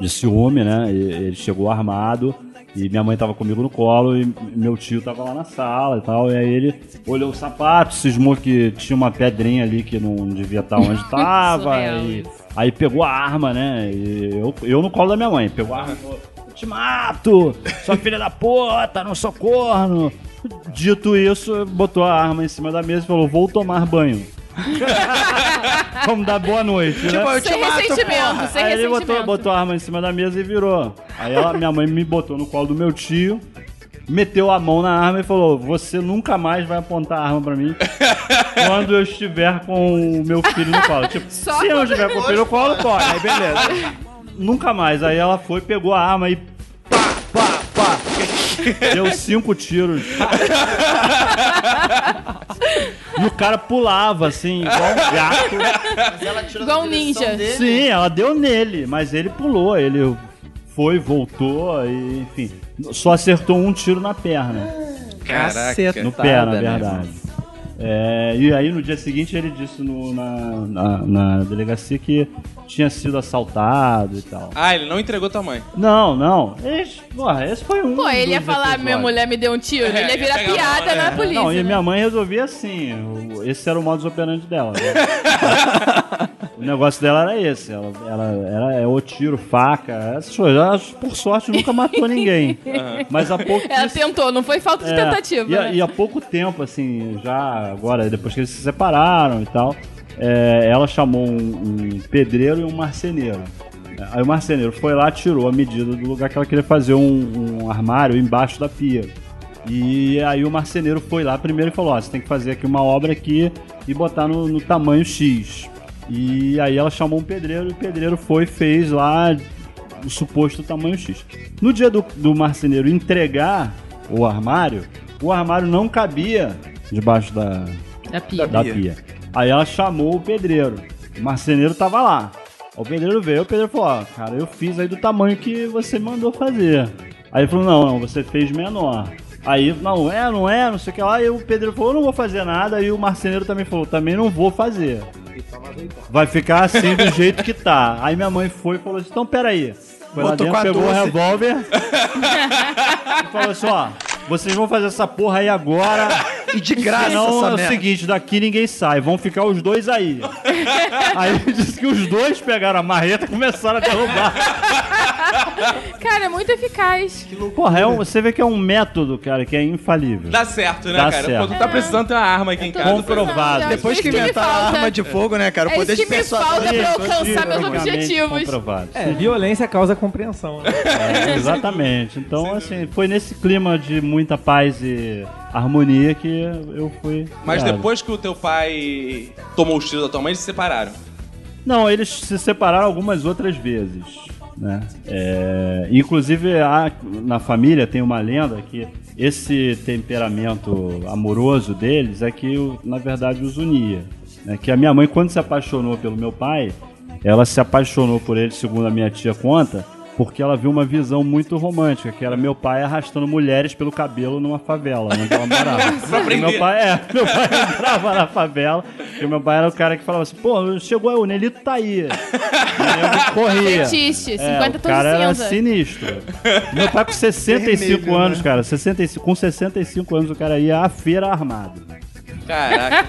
Speaker 6: de ciúme, né? E- ele chegou armado. E minha mãe tava comigo no colo e meu tio tava lá na sala e tal. E aí ele olhou o sapato, cismou que tinha uma pedrinha ali que não devia estar onde tava.
Speaker 3: Surreal
Speaker 6: e-
Speaker 3: isso.
Speaker 6: aí pegou a arma, né? E eu, eu no colo da minha mãe. Pegou a arma e falou: "Eu Te mato! Sua filha da puta, não sou corno! Dito isso, botou a arma em cima da mesa e falou: Vou tomar banho. Vamos dar boa noite, né?
Speaker 3: Sem ressentimento, sem
Speaker 6: Aí ele
Speaker 3: ressentimento.
Speaker 6: botou, botou a arma em cima da mesa e virou. Aí ela- minha mãe me botou no colo do meu tio, meteu a mão na arma e falou: Você nunca mais vai apontar a arma pra mim quando eu estiver com o meu filho no colo. Tipo,
Speaker 3: Só
Speaker 6: se eu estiver com o filho no colo, pode. Aí beleza. nunca mais. Aí ela foi, pegou a arma e. pá, pá, pá. Deu cinco tiros. e o cara pulava assim, igual um gato.
Speaker 3: Igual um ninja.
Speaker 6: Sim, ela deu nele, mas ele pulou, ele foi, voltou, e, enfim. Só acertou um tiro na perna.
Speaker 1: Caraca.
Speaker 6: No pé, na verdade. É, e aí no dia seguinte ele disse no- na, na- na delegacia que tinha sido assaltado e tal.
Speaker 1: Ah, ele não entregou tamanho.
Speaker 6: Não, não. Esse, porra, esse foi um.
Speaker 3: Pô, ele ia
Speaker 6: dos
Speaker 3: falar, minha
Speaker 6: episódios.
Speaker 3: mulher me deu um tiro.
Speaker 1: É,
Speaker 3: ele ia
Speaker 1: ia
Speaker 3: virar
Speaker 1: pegar a
Speaker 3: piada
Speaker 1: bola,
Speaker 3: na
Speaker 1: né?
Speaker 3: polícia.
Speaker 6: É, Não, e
Speaker 3: né?
Speaker 6: minha mãe resolvia assim. o- Esse era o modus operandi dela. né? o negócio dela era esse. Ela, ela, ela é o tiro, faca, essas coisas. Ela, por sorte, nunca matou ninguém. Mas há pouco
Speaker 3: Ela É, tentou, não foi falta de
Speaker 6: é,
Speaker 3: tentativa.
Speaker 6: E, a-
Speaker 3: né?
Speaker 6: e há pouco tempo, assim, já agora, depois que eles se separaram e tal, é, ela chamou um, um pedreiro e um marceneiro. Aí o marceneiro foi lá, tirou a medida do lugar que ela queria fazer um, um armário embaixo da pia. E aí o marceneiro foi lá primeiro e falou: Ó, você tem que fazer aqui uma obra aqui e botar no, no tamanho X. E aí ela chamou um pedreiro e o pedreiro foi, fez lá o suposto tamanho X. No dia do, do marceneiro entregar o armário, o armário não cabia debaixo da,
Speaker 2: É
Speaker 3: Da pia.
Speaker 6: da pia. Aí ela chamou o pedreiro. O marceneiro tava lá. O pedreiro veio, o pedreiro falou: Ó, cara, eu fiz aí do tamanho que você mandou fazer. Aí ele falou: Não, não, você fez menor. Aí, não é, não é, não sei o que lá. E o pedreiro falou: Eu não vou fazer nada. E o marceneiro também falou: Também não vou fazer. Vai ficar assim do jeito que tá. Aí minha mãe foi e falou assim: Então peraí. Foi lá
Speaker 2: Botou
Speaker 6: dentro, pegou o
Speaker 2: 14.
Speaker 6: revólver e falou assim: Ó, vocês vão fazer essa porra aí agora.
Speaker 2: E de graça
Speaker 6: Senão
Speaker 2: essa
Speaker 6: é o
Speaker 2: merda.
Speaker 6: seguinte, daqui ninguém sai, vão ficar os dois aí. aí ele disse que os dois pegaram a marreta e começaram a derrubar.
Speaker 3: Cara, é muito eficaz.
Speaker 6: Porra, é um- você vê que é um método, cara, que é infalível.
Speaker 1: Dá certo, né,
Speaker 6: Dá
Speaker 1: cara?
Speaker 6: certo.
Speaker 1: Pô, tu tá precisando ter uma arma aqui em casa.
Speaker 6: Comprovado.
Speaker 3: Não, eu acho
Speaker 2: Depois
Speaker 3: isso
Speaker 2: que
Speaker 3: me
Speaker 2: inventaram a
Speaker 3: falta.
Speaker 2: arma de fogo, né, cara? O
Speaker 3: É
Speaker 2: poder
Speaker 3: isso
Speaker 2: de
Speaker 3: que me
Speaker 2: persuasão.
Speaker 3: falta pra eu alcançar meus
Speaker 6: Cientificamente
Speaker 3: objetivos.
Speaker 6: Comprovado.
Speaker 4: É, violência causa compreensão. né?
Speaker 6: É, exatamente. Então, assim, foi nesse clima de muita paz e harmonia que eu fui.
Speaker 1: é. Mas
Speaker 6: criado.
Speaker 1: depois que o teu pai tomou os tiros da tua mãe, eles se separaram.
Speaker 6: Não, eles se separaram algumas outras vezes. Né? É, inclusive, há- na família tem uma lenda que esse temperamento amoroso deles é que, o- na verdade, os unia. né? Que a minha mãe, quando se apaixonou pelo meu pai, ela se apaixonou por ele, segundo a minha tia conta, porque ela viu uma visão muito romântica, que era meu pai arrastando mulheres pelo cabelo numa favela, onde ela morava.
Speaker 1: Pra prender.
Speaker 6: Meu pai, é, meu pai entrava na favela, e o meu pai era o cara que falava assim, pô, chegou aí, o Nelito tá aí. E eu corria.
Speaker 3: Fetiche,
Speaker 6: É,
Speaker 3: 50
Speaker 6: o
Speaker 3: tons
Speaker 6: cara
Speaker 3: de
Speaker 6: era
Speaker 3: cinza.
Speaker 6: sinistro. Meu pai com 65
Speaker 5: Vermelho, né?
Speaker 6: anos, cara, 65, com 65 anos o cara ia à feira armado.
Speaker 1: Caraca.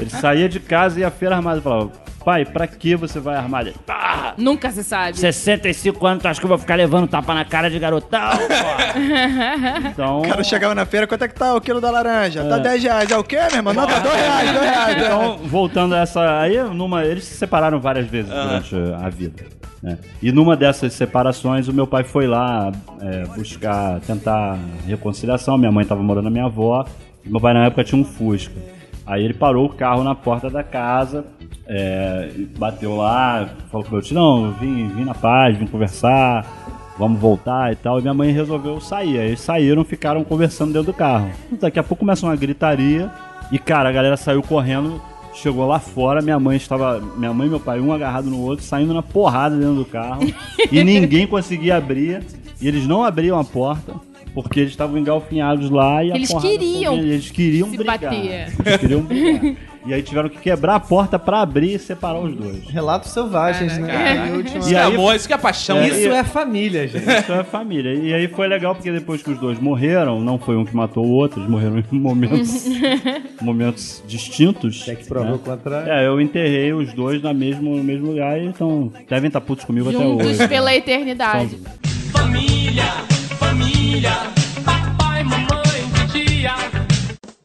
Speaker 6: Ele saía de casa e ia à feira armado e falava, pai, pra que você vai armado? Ele, "Ah,
Speaker 3: Nunca se sabe.
Speaker 6: 65 anos, tu acha que eu vou ficar levando tapa na cara de garotão? pô? então,
Speaker 2: O cara chegava na feira, quanto é que tá o quilo da laranja? Tá 10 reais. É o quê, meu irmão? Não, tá 2 reais, 2 reais. dois reais.
Speaker 6: então, voltando a essa. Aí, numa, eles se separaram várias vezes durante a vida. né? E numa dessas separações, o meu pai foi lá é, buscar, tentar reconciliação. Minha mãe tava morando na minha avó. Meu pai, na época, tinha um Fusca. Aí ele parou o carro na porta da casa, é, é, bateu lá, falou pro meu tio, não, eu vim, vim na paz, vim conversar, vamos voltar e tal. E minha mãe resolveu sair. Aí eles saíram, ficaram conversando dentro do carro. Daqui a pouco começa uma gritaria e, cara, a galera saiu correndo, chegou lá fora, minha mãe estava. Minha mãe e meu pai, um agarrado no outro, saindo na porrada dentro do carro. e ninguém conseguia abrir. E eles não abriam a porta. Porque eles estavam engalfinhados lá e a
Speaker 3: Eles
Speaker 6: porrada foi
Speaker 3: queriam
Speaker 6: vindo, Eles queriam
Speaker 3: se
Speaker 6: brigar.
Speaker 3: bater.
Speaker 6: Eles queriam brigar. E aí tiveram que quebrar a porta pra abrir e separar os dois.
Speaker 5: Relatos selvagens, né? E a última-
Speaker 1: Isso é amor, isso que é paixão.
Speaker 4: Isso é família, gente.
Speaker 6: Isso é família. E aí foi legal porque depois que os dois morreram, não foi um que matou o outro, eles morreram em momentos, momentos distintos.
Speaker 4: Tem É que provar o contrário.
Speaker 6: É, eu enterrei os dois na mesmo, no mesmo lugar e então devem estar putos comigo até
Speaker 3: Juntos
Speaker 6: hoje. né?
Speaker 3: pela eternidade.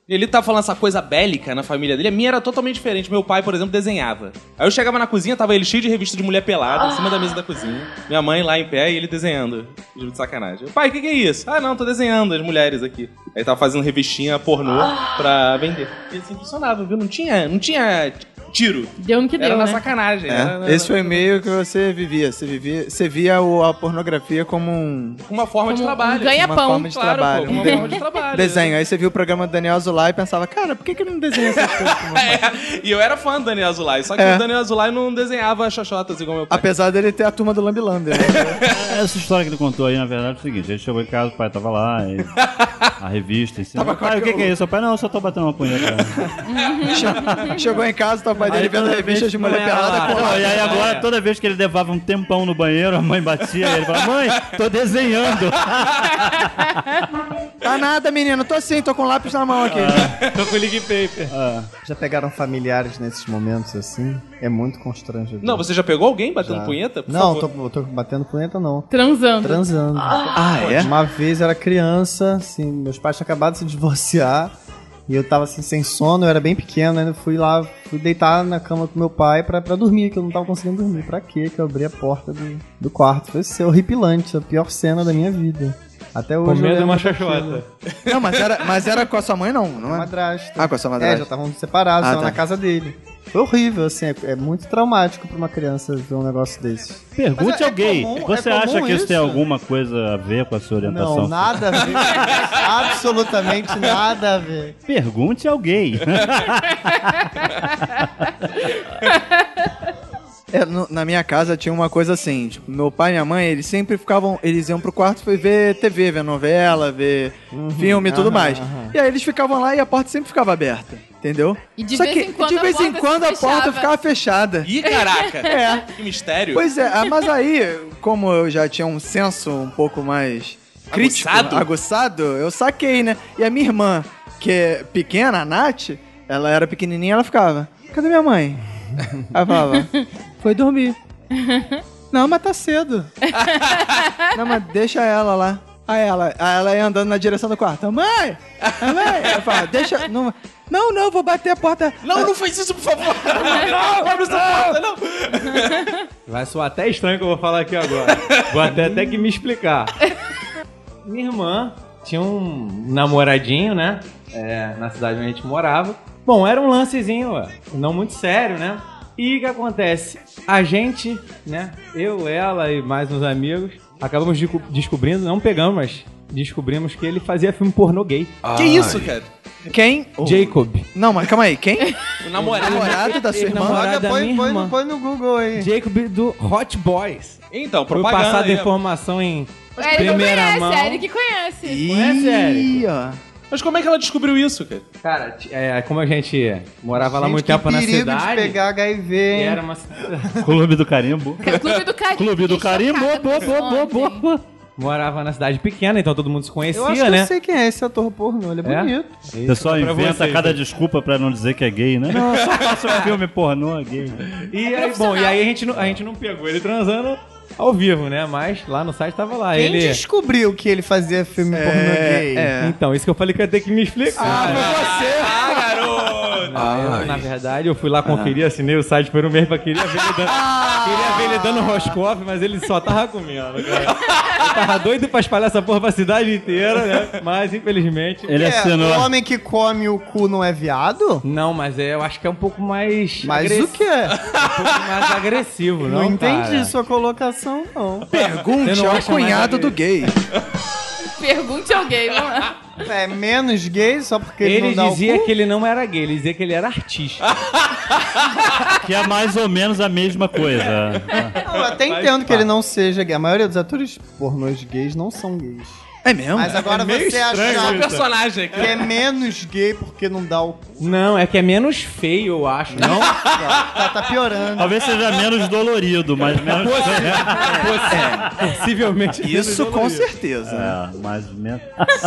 Speaker 1: Ele tá falando essa coisa bélica na família dele. A minha era totalmente diferente. Meu pai, por exemplo, desenhava. Aí eu chegava na cozinha, tava ele cheio de revista de mulher pelada em cima da mesa da cozinha. Minha mãe lá em pé e ele desenhando. Juro De sacanagem. Eu, Pai, o que, que é isso? Ah, não, tô desenhando as mulheres aqui. Aí tava fazendo revistinha pornô pra vender. E assim funcionava, viu? Não tinha, não tinha tiro.
Speaker 6: um
Speaker 3: Deu no que
Speaker 1: Era
Speaker 3: deu,
Speaker 1: na
Speaker 3: né?
Speaker 1: sacanagem. era na-
Speaker 2: É, Esse foi o meio que você vivia. Você vivia, você via o- a pornografia como um
Speaker 1: uma forma de
Speaker 3: Como um
Speaker 1: trabalho.
Speaker 3: ganha-pão.
Speaker 2: uma forma de
Speaker 1: Claro,
Speaker 2: trabalho,
Speaker 1: pô,
Speaker 2: um
Speaker 1: uma
Speaker 2: de-
Speaker 1: forma de trabalho.
Speaker 2: desenho. Aí você viu o programa do Daniel Azulay e pensava, cara, por que que ele não desenha essas coisas? pro meu pai?
Speaker 1: É, e eu era fã do Daniel Azulay, só que
Speaker 2: É.
Speaker 1: o Daniel Azulay não desenhava xoxotas igual meu pai.
Speaker 2: Apesar dele ter a turma do Lambi Lambi, né?
Speaker 6: É, Essa história que ele contou aí, na verdade, é o seguinte: ele chegou em casa, o pai tava lá, e a revista em cima. pai, o que, que é isso? O pai, não, eu só tô batendo uma punheta.
Speaker 2: Che- Chegou em casa, tava pai dele vendo revistas de mulher pelada. pô,
Speaker 6: Não, e aí agora, toda vez que ele levava um tempão no banheiro, a mãe batia e ele falava, mãe, tô desenhando.
Speaker 2: Tá nada, menino. Tô sim, tô com lápis na mão aqui.
Speaker 4: Tô com o League Paper.
Speaker 5: Ah, Já pegaram familiares nesses momentos assim? É muito constrangedor.
Speaker 1: Não, você já pegou alguém batendo
Speaker 5: Já.
Speaker 1: punheta? Por
Speaker 5: Não,
Speaker 1: favor.
Speaker 5: tô, tô batendo punheta, não.
Speaker 3: Transando.
Speaker 5: Transando.
Speaker 2: Ah, é?
Speaker 5: Uma vez eu era criança, assim, meus pais tinham acabado de se divorciar. E eu tava assim, sem sono, eu era bem pequeno, ainda fui lá, fui deitar na cama com meu pai pra, pra dormir, que eu não tava conseguindo dormir. Pra quê? Que eu abri a porta do, do quarto. Foi ser horripilante, a pior cena da minha vida. Até hoje.
Speaker 4: Com
Speaker 5: eu
Speaker 4: medo de
Speaker 5: lembro
Speaker 4: uma
Speaker 5: daquilo.
Speaker 4: xoxota.
Speaker 2: Não, mas era, mas era com a sua mãe, não, não é?
Speaker 5: Madrasta.
Speaker 2: Ah, com a sua
Speaker 5: É, já
Speaker 2: madrasta.
Speaker 5: estavam separados,
Speaker 2: Ah,
Speaker 5: estavam
Speaker 2: tá.
Speaker 5: na casa dele. Foi horrível, assim, é, é muito traumático pra uma criança ver um negócio desse. Mas
Speaker 6: Pergunte
Speaker 5: é- é
Speaker 6: ao gay.
Speaker 5: comum-
Speaker 6: Você
Speaker 5: é comum
Speaker 6: acha que isso tem
Speaker 5: isso?
Speaker 6: alguma coisa a ver com a sua orientação?
Speaker 5: Não, nada a ver. absolutamente nada a ver.
Speaker 6: Pergunte ao gay.
Speaker 2: É, no- na minha casa tinha uma coisa assim, tipo, meu pai e minha mãe, eles sempre ficavam, eles iam pro quarto foi ver TV, ver novela, ver filme e tudo mais. E aí eles ficavam lá e a porta sempre ficava aberta, entendeu?
Speaker 3: E de
Speaker 2: Só
Speaker 3: vez
Speaker 2: que
Speaker 3: em quando
Speaker 2: de
Speaker 3: a
Speaker 2: vez em
Speaker 3: porta se
Speaker 2: quando a porta
Speaker 3: fechava.
Speaker 2: ficava fechada.
Speaker 1: Ih, caraca!
Speaker 2: É.
Speaker 1: Que mistério.
Speaker 2: Pois é, ah, mas aí, como eu já tinha um senso um pouco mais crítico,
Speaker 1: Aguçado?
Speaker 2: aguçado, eu saquei, né? E a minha irmã, que é pequena, a Nath, ela era pequenininha, ela ficava, cadê minha mãe? Ela falava, foi dormir. Não, mas tá cedo. Não, mas deixa ela lá. Aí ela, aí ela ia andando na direção do quarto. Mãe! Aí, Mãe! Ela fala, deixa. Não, não, não, vou bater a porta.
Speaker 5: é.
Speaker 1: Não, não faz isso, por favor! Não, não abre essa porta, não!
Speaker 4: Vai soar até estranho o que eu vou falar aqui agora. Vou até, até que me explicar. Minha irmã tinha um namoradinho, né? É, na cidade onde a gente morava. Bom, era um lancezinho, ó, não muito sério, né? E o que acontece? A gente, né? Eu, ela e mais uns amigos, acabamos de- descobrindo, não pegamos, mas descobrimos que ele fazia filme pornô gay.
Speaker 1: Que isso, cara?
Speaker 2: Quem?
Speaker 4: Oh. Jacob.
Speaker 2: Não, mas calma aí, quem?
Speaker 1: O namorado.
Speaker 2: Namorado da sua irmã?
Speaker 4: Namorado da
Speaker 5: põe,
Speaker 4: é minha
Speaker 5: põe,
Speaker 4: irmã.
Speaker 5: põe no Google aí.
Speaker 4: Jacob do Hot Boys.
Speaker 1: Então,
Speaker 4: Foi
Speaker 1: propaganda.
Speaker 4: passada
Speaker 1: aí, ó.
Speaker 4: informação em
Speaker 3: É, ele
Speaker 4: Primeira
Speaker 3: conhece,
Speaker 4: mão.
Speaker 3: é ele que conhece.
Speaker 4: Conhece, Eric?
Speaker 2: Ih, ó.
Speaker 1: Mas como é que ela descobriu isso, cara?
Speaker 4: Cara, t- é, como a gente morava lá
Speaker 5: Gente,
Speaker 4: muito
Speaker 5: que
Speaker 4: tempo na
Speaker 5: perigo
Speaker 4: cidade.
Speaker 5: de pegar HIV,
Speaker 4: e
Speaker 3: É.
Speaker 5: hein?
Speaker 4: Era uma cidade-
Speaker 6: Clube do Carimbo.
Speaker 3: Clube do Carimbo.
Speaker 6: Clube do
Speaker 3: Fiquei
Speaker 6: Carimbo.
Speaker 3: chocada
Speaker 6: Boa,
Speaker 3: com
Speaker 6: boa,
Speaker 3: isso
Speaker 6: boa,
Speaker 3: ontem.
Speaker 6: boa.
Speaker 4: morava na cidade pequena, então todo mundo se
Speaker 5: Eu acho
Speaker 4: conhecia,
Speaker 5: que
Speaker 4: né?
Speaker 5: eu sei quem é esse ator pornô, ele é,
Speaker 4: É?
Speaker 5: bonito.
Speaker 6: O pessoal
Speaker 4: Isso, pra
Speaker 6: inventa
Speaker 4: vocês,
Speaker 6: cada
Speaker 4: né?
Speaker 6: desculpa pra não dizer que é gay, né? Não, eu só faço um filme pornô gay.
Speaker 4: E aí, bom, e aí a gente, não, a gente não pegou ele transando ao vivo, né? Mas lá no site tava lá.
Speaker 5: Quem
Speaker 4: ele.
Speaker 5: descobriu que ele fazia filme pornô gay?
Speaker 2: é.
Speaker 4: Então, isso que eu falei que ia ter que me explicar.
Speaker 1: Ah, garoto!
Speaker 4: Eu, na verdade, eu fui lá conferir, assinei o site por um mês pra querer ver ele dan- Queria ver ele dando roscoff, mas ele só tava comendo, cara. Ele tava doido pra espalhar essa porra pra cidade inteira, né? Mas, infelizmente...
Speaker 6: Ele
Speaker 5: É,
Speaker 6: assinou.
Speaker 5: O homem que come o cu não é viado?
Speaker 4: Não, mas é, eu acho que é um pouco mais...
Speaker 5: Mas
Speaker 4: agressi-
Speaker 5: o quê?
Speaker 4: Um pouco mais agressivo, não,
Speaker 5: Não, entendi
Speaker 4: cara?
Speaker 5: sua colocação, não.
Speaker 4: Você
Speaker 2: Pergunte
Speaker 4: não
Speaker 2: ao
Speaker 4: acha mais
Speaker 2: cunhado do gay.
Speaker 3: Pergunte alguém, vamos lá.
Speaker 5: É menos gay só porque ele,
Speaker 4: Ele
Speaker 5: não dá
Speaker 4: dizia
Speaker 5: o cu?
Speaker 4: que ele não era gay, ele dizia que ele era artista.
Speaker 6: Que é mais ou menos a mesma coisa.
Speaker 5: Eu até entendo que ele não seja gay. A maioria dos atores pornôs gays não são gays.
Speaker 2: É mesmo?
Speaker 5: Mas agora você achar
Speaker 1: o personagem aqui.
Speaker 5: que é menos gay porque não dá o cu,
Speaker 4: Não, é que é menos feio, eu acho. Não,
Speaker 5: tá, tá piorando.
Speaker 6: Talvez seja menos dolorido, mas menos.
Speaker 5: É.
Speaker 4: possivelmente.
Speaker 2: Isso com certeza. né?
Speaker 6: É, mais menos.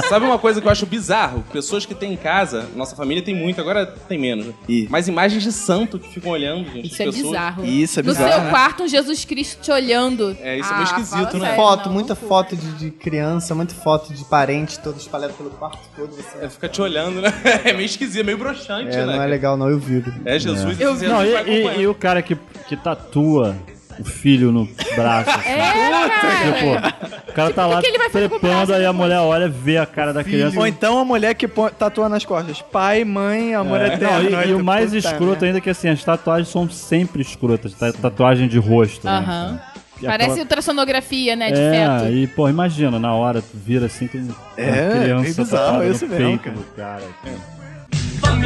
Speaker 1: Sabe uma coisa que eu acho bizarro? Pessoas que têm em casa, nossa família tem muito, agora tem menos, né?
Speaker 2: Ih.
Speaker 1: Mas imagens de santo que ficam olhando, gente.
Speaker 3: Isso é
Speaker 1: pessoas.
Speaker 3: bizarro.
Speaker 2: Isso é
Speaker 3: no
Speaker 2: bizarro,
Speaker 3: seu
Speaker 2: né?
Speaker 3: quarto, um Jesus Cristo te olhando. Ah,
Speaker 1: É, isso é meio esquisito,
Speaker 3: fala
Speaker 1: né?
Speaker 3: sério,
Speaker 5: Foto,
Speaker 3: não,
Speaker 5: muita
Speaker 3: não
Speaker 5: foto de, de criança, muita foto de parente, todos espalhados pelo quarto todo. Você...
Speaker 1: É, fica te olhando, né? É meio esquisito, é meio broxante,
Speaker 5: É,
Speaker 1: né?
Speaker 5: não é legal não, eu viro.
Speaker 1: É Jesus e Jesus
Speaker 6: Não,
Speaker 1: vai
Speaker 6: e,
Speaker 1: acompanhando.
Speaker 6: e- e o cara que, que tatua o filho no braço. assim,
Speaker 3: É, cara.
Speaker 6: tipo, o cara tá
Speaker 3: que
Speaker 6: lá
Speaker 3: que ele vai fazer com o braço
Speaker 6: trepando, aí a
Speaker 3: depois?
Speaker 6: mulher olha, vê a cara da criança.
Speaker 2: Ou então a mulher que põe- tatua nas costas. Pai, mãe, amor
Speaker 6: É, não,
Speaker 2: eterno.
Speaker 6: e- e,
Speaker 2: Aí
Speaker 6: o
Speaker 2: tu,
Speaker 6: mais
Speaker 2: puta
Speaker 6: escroto
Speaker 2: merda.
Speaker 6: ainda é que assim, as tatuagens são sempre escrotas. ta- Tatuagem de rosto. né?
Speaker 3: Aham.
Speaker 6: E
Speaker 3: Parece
Speaker 6: aquela-
Speaker 3: ultrassonografia, né? De
Speaker 6: É,
Speaker 3: feto.
Speaker 6: e pô, imagina, na hora tu vira assim, tem uma
Speaker 2: É,
Speaker 6: criança
Speaker 2: bem bizarro,
Speaker 6: tatuada no
Speaker 2: isso mesmo,
Speaker 6: peito
Speaker 2: cara.
Speaker 6: do cara. assim.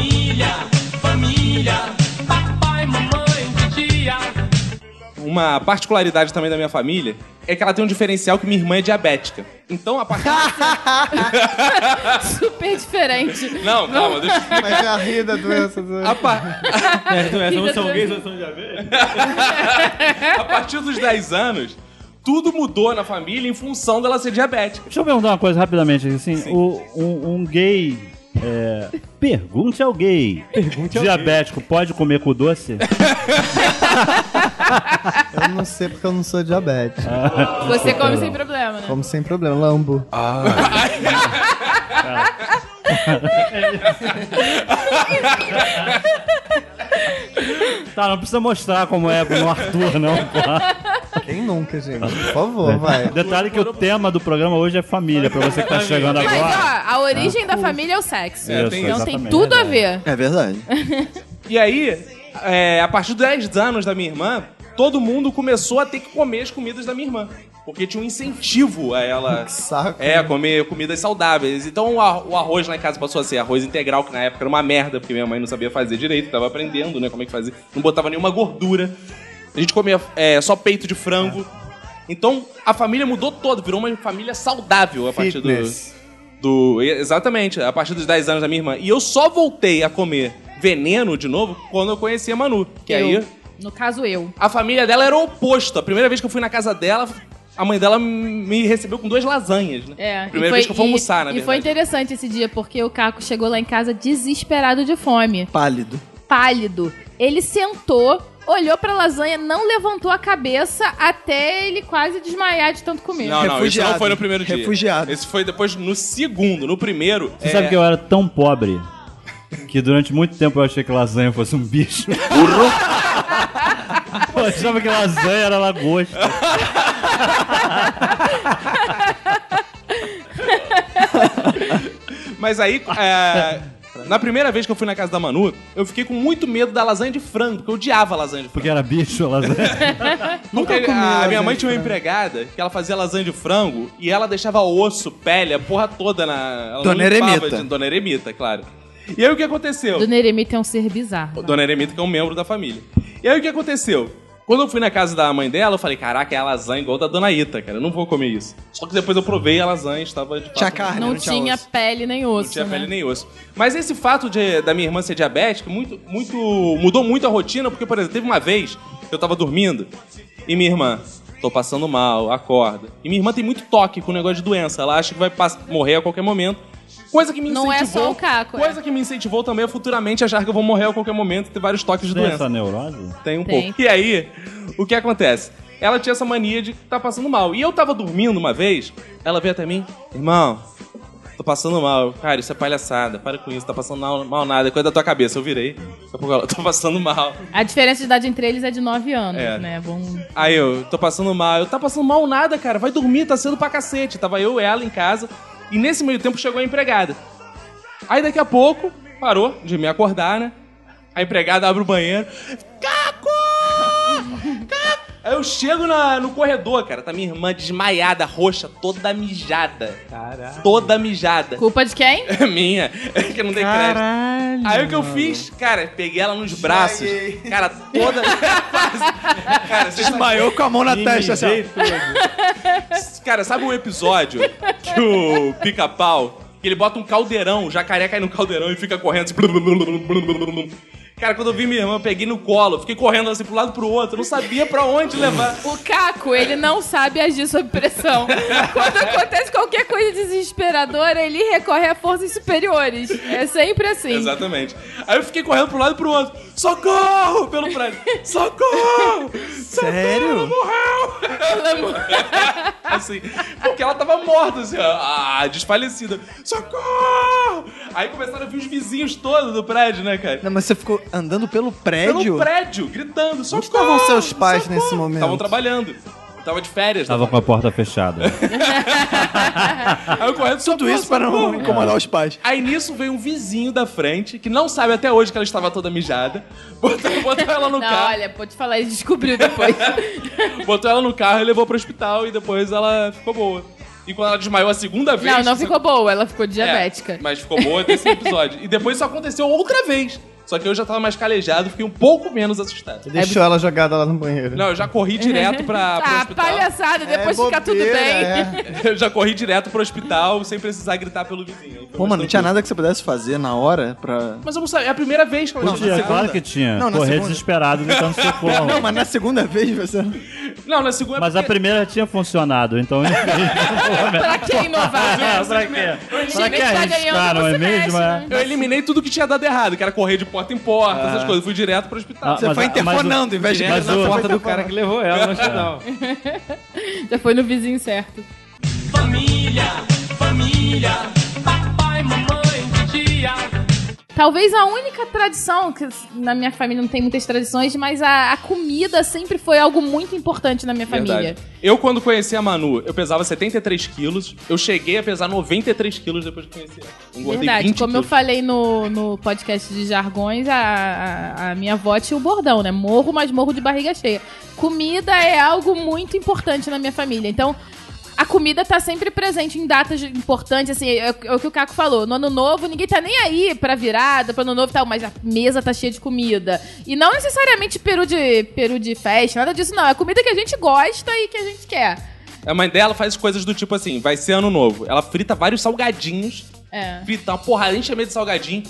Speaker 1: Uma particularidade também da minha família é que ela tem um diferencial que minha irmã é diabética. Então a partir...
Speaker 3: Super diferente.
Speaker 1: não, calma, deixa eu explicar.
Speaker 5: Mas já ri da doença. do-
Speaker 1: A, par-
Speaker 4: Não
Speaker 3: são
Speaker 4: são
Speaker 3: gays,
Speaker 4: gays, não são diabéticos.
Speaker 1: a partir dos 10 anos, tudo mudou na família em função dela ser diabética.
Speaker 6: Deixa eu perguntar uma coisa rapidamente, assim, o- um, um gay... é, pergunte ao gay. Diabético, pode comer com doce?
Speaker 5: Eu não sei porque eu não sou diabético.
Speaker 3: Você come sem problema, né?
Speaker 5: Como sem problema, lambo.
Speaker 6: tá, não precisa mostrar como é pro Arthur, não, pô.
Speaker 5: Quem nunca, gente? Por favor, vai.
Speaker 6: É. Detalhe que o tema do programa hoje é família, pra você que tá chegando
Speaker 3: Mas, ó,
Speaker 6: agora.
Speaker 1: Ah,
Speaker 3: a origem da família é o sexo.
Speaker 6: Isso,
Speaker 3: então tem
Speaker 6: exatamente.
Speaker 3: tudo a ver.
Speaker 2: É verdade.
Speaker 1: E aí, é, a partir dos 10 anos da minha irmã, todo mundo começou a ter que comer as comidas da minha irmã. Porque tinha um incentivo a ela.
Speaker 5: Que saco.
Speaker 1: É, comer comidas saudáveis. Então o ar- o arroz lá em casa passou a ser arroz integral, que na época era uma merda, porque minha mãe não sabia fazer direito, tava aprendendo, né, como é que fazia. Não botava nenhuma gordura. A gente comia é, só peito de frango.
Speaker 5: É.
Speaker 1: Então a família mudou toda, virou uma família saudável a partir do,
Speaker 5: Fitness.
Speaker 1: do- e- Exatamente, a partir dos 10 anos da minha irmã. E eu só voltei a comer veneno de novo quando eu conheci a Manu. Que
Speaker 3: Eu.
Speaker 1: aí
Speaker 3: No caso, eu.
Speaker 1: a família dela era o oposto. A primeira vez que eu fui na casa dela, a mãe dela me recebeu com duas lasanhas, né?
Speaker 3: É,
Speaker 1: Primeira
Speaker 3: e
Speaker 1: vez que eu fui
Speaker 3: e-
Speaker 1: almoçar, na
Speaker 3: E foi
Speaker 1: verdade.
Speaker 3: interessante esse dia, porque o Caco chegou lá em casa desesperado de fome,
Speaker 2: Pálido.
Speaker 3: pálido. Ele sentou, olhou pra lasanha, não levantou a cabeça até ele quase desmaiar de tanto comer.
Speaker 1: Não, não, isso não
Speaker 2: Refugiado.
Speaker 1: foi no primeiro dia.
Speaker 2: Refugiado.
Speaker 1: Esse foi depois no segundo. No primeiro. é,
Speaker 6: Você
Speaker 2: É.
Speaker 6: sabe que eu era tão pobre que durante muito tempo eu achei que lasanha fosse um bicho. eu achava que lasanha era lagosta.
Speaker 1: Mas aí, é, na primeira vez que eu fui na casa da Manu, eu fiquei com muito medo da lasanha de frango, porque eu odiava lasanha de frango.
Speaker 6: Porque era bicho a lasanha.
Speaker 1: Nunca
Speaker 5: comi
Speaker 1: a
Speaker 5: lasanha
Speaker 1: minha mãe
Speaker 5: de
Speaker 1: tinha uma
Speaker 5: frango.
Speaker 1: empregada que ela fazia lasanha de frango e ela deixava osso, pele, a porra toda na. Ela não
Speaker 2: Dona
Speaker 1: limpava
Speaker 2: Eremita.
Speaker 1: de- Dona Eremita, claro. E aí o que aconteceu?
Speaker 3: Dona Eremita é um ser bizarro.
Speaker 1: Dona Eremita, que é um membro da família. E aí o que aconteceu? Quando eu fui na casa da mãe dela, eu falei, caraca, é a lasanha igual da Dona Ita, cara, eu não vou comer isso. Só que depois eu provei a lasanha e estava de fato...
Speaker 2: Tinha carne,
Speaker 3: Não,
Speaker 2: não tinha
Speaker 3: tinha
Speaker 2: osso.
Speaker 3: pele nem osso.
Speaker 1: Não tinha
Speaker 3: né?
Speaker 1: pele nem osso. Mas esse fato de- da minha irmã ser diabética muito, muito, mudou muito a rotina, porque, por exemplo, teve uma vez que eu tava dormindo e minha irmã, tô passando mal, acorda. E minha irmã tem muito toque com o negócio de doença, ela acha que vai pass- morrer a qualquer momento. Coisa que me incentivou.
Speaker 3: Não é só o caco, é.
Speaker 1: Coisa que me incentivou também a futuramente achar que eu vou morrer a qualquer momento e ter vários toques de
Speaker 6: Tem
Speaker 1: doença.
Speaker 6: essa neurose?
Speaker 1: Tem um
Speaker 3: Tem.
Speaker 1: pouco. E aí, o que acontece? Ela tinha essa mania de tá passando mal. E eu tava dormindo uma vez, ela veio até mim, irmão, Tô passando mal. Cara, isso é palhaçada. Para com isso, tá passando mal, mal nada. É coisa da tua cabeça. Eu virei. Daqui a pouco ela, tô passando mal.
Speaker 3: A diferença de idade entre eles é de 9 anos,
Speaker 1: É.
Speaker 3: né? Bom,
Speaker 1: Aí eu, tô passando mal. Eu, tá passando mal nada, cara. Vai dormir, tá cedo pra cacete. Tava eu e ela em casa. E nesse meio tempo chegou a empregada. Aí daqui a pouco, parou de me acordar, né? A empregada abre o banheiro. Caco! Caco! Aí eu chego na- no corredor, cara. Tá minha irmã desmaiada, roxa, toda mijada. Caralho. Toda mijada.
Speaker 3: culpa de quem?
Speaker 1: É minha. É que eu não dei crédito. Aí o que eu fiz? Cara, peguei ela nos braços. Cara, toda. cara, vocês
Speaker 2: Desmaiou com a mão na testa, assim. ó.
Speaker 1: Cara, sabe o episódio que o pica-pau, que ele bota um caldeirão, o jacaré cai no caldeirão e fica correndo assim. blum, blum, blum, blum, blum, blum, blum. Cara, quando eu vi minha irmã, eu peguei no colo, fiquei correndo assim pro lado e pro outro, não sabia pra onde levar.
Speaker 3: O Caco, ele não sabe agir sob pressão. Quando acontece qualquer coisa desesperadora, ele recorre a forças superiores. É sempre assim.
Speaker 1: Exatamente. Aí eu fiquei correndo pro lado e pro outro. Socorro! Pelo prédio. Socorro! Sério? Ela morreu! Ela morreu. assim, porque ela tava morta, assim, ó, ah, desfalecida. Socorro! Aí começaram a vir os vizinhos todos do prédio, né,
Speaker 6: é-
Speaker 1: cara?
Speaker 2: Não, mas você ficou andando pelo prédio?
Speaker 1: Pelo prédio, gritando, socorro!
Speaker 5: estavam seus pais nesse momento?
Speaker 1: Estavam trabalhando. Tava de férias. né?
Speaker 6: Tava com a porta fechada.
Speaker 1: Aí eu correndo,
Speaker 2: Tudo isso para não incomodar os pais.
Speaker 1: Aí nisso veio um vizinho da frente, que não sabe até hoje que ela estava toda mijada. Botou, botou ela no
Speaker 3: Não,
Speaker 1: carro.
Speaker 3: olha, pode falar, ele descobriu depois.
Speaker 1: Botou ela no carro e levou pro hospital e depois ela ficou boa. E quando ela desmaiou a segunda vez.
Speaker 3: não, não
Speaker 1: você-
Speaker 3: ficou boa, ela ficou
Speaker 1: É,
Speaker 3: diabética.
Speaker 1: mas ficou boa desse episódio. E depois isso aconteceu outra vez. Só que eu já tava mais calejado, fiquei um pouco menos assustado.
Speaker 5: É, Deixou ela jogada lá no banheiro.
Speaker 1: Não, eu já corri direto pra, pro
Speaker 3: Ah,
Speaker 1: hospital.
Speaker 3: palhaçada, depois fica tudo
Speaker 5: bobeira,
Speaker 3: bem.
Speaker 5: é.
Speaker 1: Eu já corri direto pro hospital sem precisar gritar pelo vizinho. Foi
Speaker 2: Pô, mano, não
Speaker 1: bastante-
Speaker 2: tinha nada que você pudesse fazer na hora pra.
Speaker 1: Mas eu não sabia, é a primeira vez que ela
Speaker 6: Não,
Speaker 1: tinha
Speaker 6: tinha,
Speaker 1: feito
Speaker 6: claro
Speaker 1: isso.
Speaker 6: que tinha.
Speaker 2: Não, na
Speaker 6: Correr
Speaker 2: segunda.
Speaker 6: desesperado, gritando socorro.
Speaker 2: Não, mas na segunda vez você.
Speaker 1: Não, na segunda
Speaker 6: assim? Mas a
Speaker 1: porque-
Speaker 6: primeira tinha funcionado, então
Speaker 3: Pra que inovar, né?
Speaker 6: pra quê? Pra
Speaker 3: Ninguém
Speaker 6: que
Speaker 3: tá ganhando,
Speaker 6: arriscar, não
Speaker 3: você
Speaker 6: é mesmo?
Speaker 3: mexe, né?
Speaker 6: É.
Speaker 1: Eu eliminei tudo que tinha dado errado, que era correr de porta em porta, essas coisas. Fui direto pro hospital.
Speaker 6: Ah,
Speaker 2: Você
Speaker 6: mas-
Speaker 2: foi
Speaker 6: mas o-
Speaker 2: interfonando em vez de
Speaker 6: mas
Speaker 2: na
Speaker 6: o-
Speaker 2: porta
Speaker 4: do cara que levou ela no hospital.
Speaker 3: né? Já foi no vizinho certo.
Speaker 6: Ah.
Speaker 3: Talvez a única tradição, que na minha família não tem muitas tradições, mas a, a comida sempre foi algo muito importante na minha família.
Speaker 1: Verdade. Eu, quando conheci a Manu, eu pesava 73 quilos. Eu cheguei a pesar 93 quilos depois que conheci ela. Engordei
Speaker 3: Verdade,
Speaker 1: 20
Speaker 3: como eu
Speaker 1: quilos.
Speaker 3: falei no, no podcast de jargões, a, a- a minha avó tinha o bordão, né? Morro, mas morro de barriga cheia. Comida é algo muito importante na minha família. Então, a comida tá sempre presente em datas importantes, assim, é, é o que o Caco falou. No ano novo, ninguém tá nem aí pra virada, pro ano novo e tal, mas a mesa tá cheia de comida. E não necessariamente peru de, peru de festa, nada disso, não. É comida que a gente gosta e que a gente quer.
Speaker 1: A mãe dela faz coisas do tipo assim, vai ser ano novo. Ela frita vários salgadinhos,
Speaker 3: É.
Speaker 1: frita uma porrada, enche a mesa de salgadinho.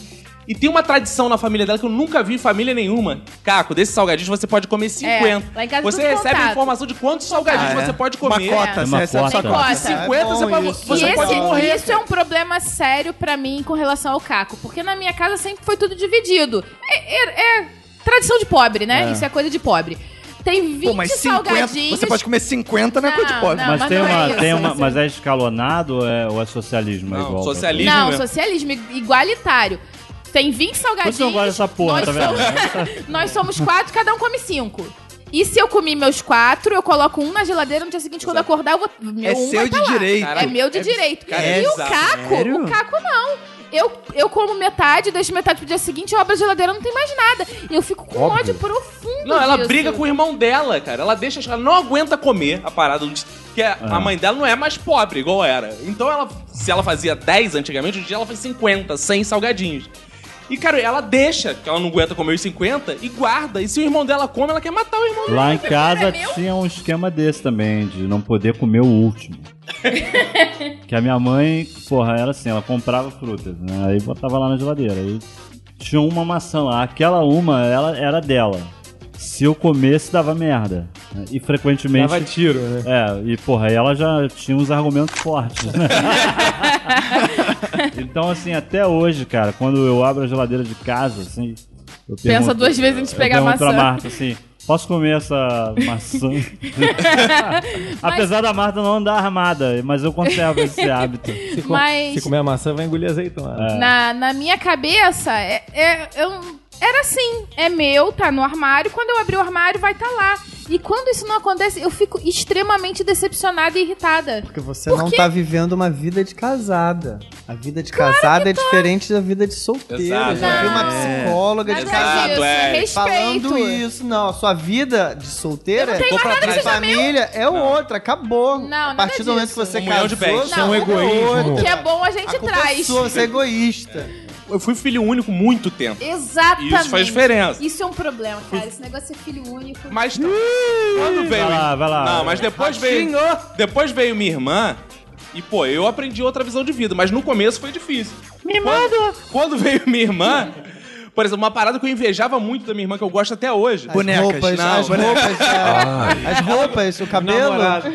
Speaker 1: E tem uma tradição na família dela que eu nunca vi em família nenhuma. Caco, desses salgadinhos você pode comer 50.
Speaker 3: lá em casa é
Speaker 1: você
Speaker 3: tudo
Speaker 1: recebe
Speaker 3: contado.
Speaker 1: informação de quantos salgadinhos
Speaker 2: Ah, é.
Speaker 1: você pode
Speaker 2: Uma
Speaker 1: comer.
Speaker 2: cota,
Speaker 6: É
Speaker 2: você
Speaker 6: uma
Speaker 2: recebe
Speaker 6: cota.
Speaker 2: essa cota.
Speaker 3: Cota.
Speaker 1: 50 você,
Speaker 5: bom
Speaker 1: pode,
Speaker 5: isso.
Speaker 1: você
Speaker 3: tá e esse,
Speaker 1: pode morrer.
Speaker 3: isso é um problema sério pra mim com relação ao Caco, porque na minha casa sempre foi tudo dividido. É, é- é tradição de pobre, né? Isso é coisa de pobre. Tem 20
Speaker 2: Pô, mas 50.
Speaker 3: salgadinhos.
Speaker 2: Você pode comer 50, não é coisa de
Speaker 3: Não,
Speaker 2: pobre.
Speaker 3: não.
Speaker 6: Mas
Speaker 3: mas
Speaker 6: tem
Speaker 3: não é
Speaker 6: uma.
Speaker 3: isso,
Speaker 6: tem uma-
Speaker 3: isso.
Speaker 6: Mas é escalonado ou é, ou é socialismo? É
Speaker 1: Não,
Speaker 6: igual,
Speaker 1: socialismo.
Speaker 3: Não,
Speaker 1: mesmo.
Speaker 3: socialismo igualitário. Tem 20 salgadinhos.
Speaker 6: Você não gosta dessa porra,
Speaker 3: nós
Speaker 6: tá vendo?
Speaker 3: Somos, nós somos quatro, cada um come cinco. E se eu comi meus quatro, eu coloco um na geladeira no dia seguinte, quando eu acordar, eu vou. Meu
Speaker 2: É
Speaker 3: um
Speaker 2: seu
Speaker 3: vai
Speaker 2: de
Speaker 3: tá lá.
Speaker 2: direito.
Speaker 3: É meu de direito.
Speaker 1: cara,
Speaker 3: e
Speaker 1: é
Speaker 3: o
Speaker 1: bizarro.
Speaker 3: Caco,
Speaker 2: Sério?
Speaker 3: o Caco não. Eu, eu como metade, deixo metade pro dia seguinte, eu abro a geladeira, não tem mais nada. E eu fico com ódio profundo.
Speaker 1: Não, ela
Speaker 3: disso.
Speaker 1: briga com o irmão dela, cara. Ela deixa, ela não aguenta comer a parada. do- Porque a-
Speaker 6: Ah.
Speaker 1: a mãe dela não é mais pobre, igual era. Então ela, se ela fazia 10 antigamente, hoje em dia ela faz 50, 100 salgadinhos. E, cara, ela deixa, que ela não aguenta comer os 50, e guarda. E se o irmão dela come, ela quer matar o irmão dela.
Speaker 6: Lá em casa
Speaker 3: é meu?
Speaker 6: tinha um esquema desse também, de não poder comer o último. que a minha mãe, porra, era assim, ela comprava frutas, né? Aí botava lá na geladeira. Aí tinha uma maçã lá. Aquela uma ela era dela. Se eu comesse, dava merda. né? E frequentemente.
Speaker 4: Dava tiro, né?
Speaker 6: É, e porra, aí ela já tinha uns argumentos fortes, né? então, assim, até hoje, cara, quando eu abro a geladeira de casa, assim. eu
Speaker 3: Pensa
Speaker 6: pergunto-
Speaker 3: duas vezes antes de
Speaker 6: eu
Speaker 3: pegar a
Speaker 6: pergunto
Speaker 3: maçã.
Speaker 6: pra Marta assim: Posso comer essa maçã? Apesar da Marta não andar armada, mas eu conservo esse hábito.
Speaker 4: Se, com-
Speaker 3: Mas-
Speaker 4: se comer a maçã, vai engolir azeitona.
Speaker 3: Na, na minha cabeça, é, é- eu- era assim: é meu, tá no armário. Quando eu abrir o armário, vai tá lá. E quando isso não acontece, eu fico extremamente decepcionada e irritada.
Speaker 5: Porque você
Speaker 3: Por
Speaker 5: não
Speaker 3: quê?
Speaker 5: tá vivendo uma vida de casada. A vida de casada é diferente da vida de solteiro.
Speaker 1: Exato,
Speaker 5: Já vi uma
Speaker 1: é.
Speaker 5: psicóloga de
Speaker 3: Nada
Speaker 5: casada
Speaker 3: disso,
Speaker 1: é.
Speaker 3: respeito.
Speaker 5: falando isso. Não, a sua vida de solteira,
Speaker 1: Vou pra
Speaker 5: de
Speaker 1: trás.
Speaker 5: família, é outra. Acabou.
Speaker 3: Não,
Speaker 5: a
Speaker 3: nada
Speaker 5: partir do momento
Speaker 3: disso.
Speaker 5: que você
Speaker 1: Comunhão
Speaker 5: casou,
Speaker 1: de bens.
Speaker 3: Não,
Speaker 5: sua vida é
Speaker 4: egoísmo.
Speaker 3: O
Speaker 5: outra.
Speaker 3: que é bom a gente
Speaker 5: A culpa é
Speaker 3: traz.
Speaker 5: sua, você é egoísta.
Speaker 1: Eu fui filho único muito tempo.
Speaker 3: Exatamente.
Speaker 1: Isso faz diferença.
Speaker 3: Isso é um problema, cara. Esse negócio é filho único.
Speaker 1: Mas tá. quando veio.
Speaker 6: Vai lá, vai lá.
Speaker 1: Não, mas depois veio. Depois veio minha irmã. E, pô, eu aprendi outra visão de vida, mas no começo foi difícil. Mimado! Quando, quando veio minha irmã, por exemplo, uma parada que eu invejava muito da minha irmã, que eu gosto até hoje.
Speaker 4: É,
Speaker 5: As
Speaker 2: Bonecas,
Speaker 5: roupas,
Speaker 1: não,
Speaker 5: as roupas, é, as roupas, o cabelo.
Speaker 4: Namorado.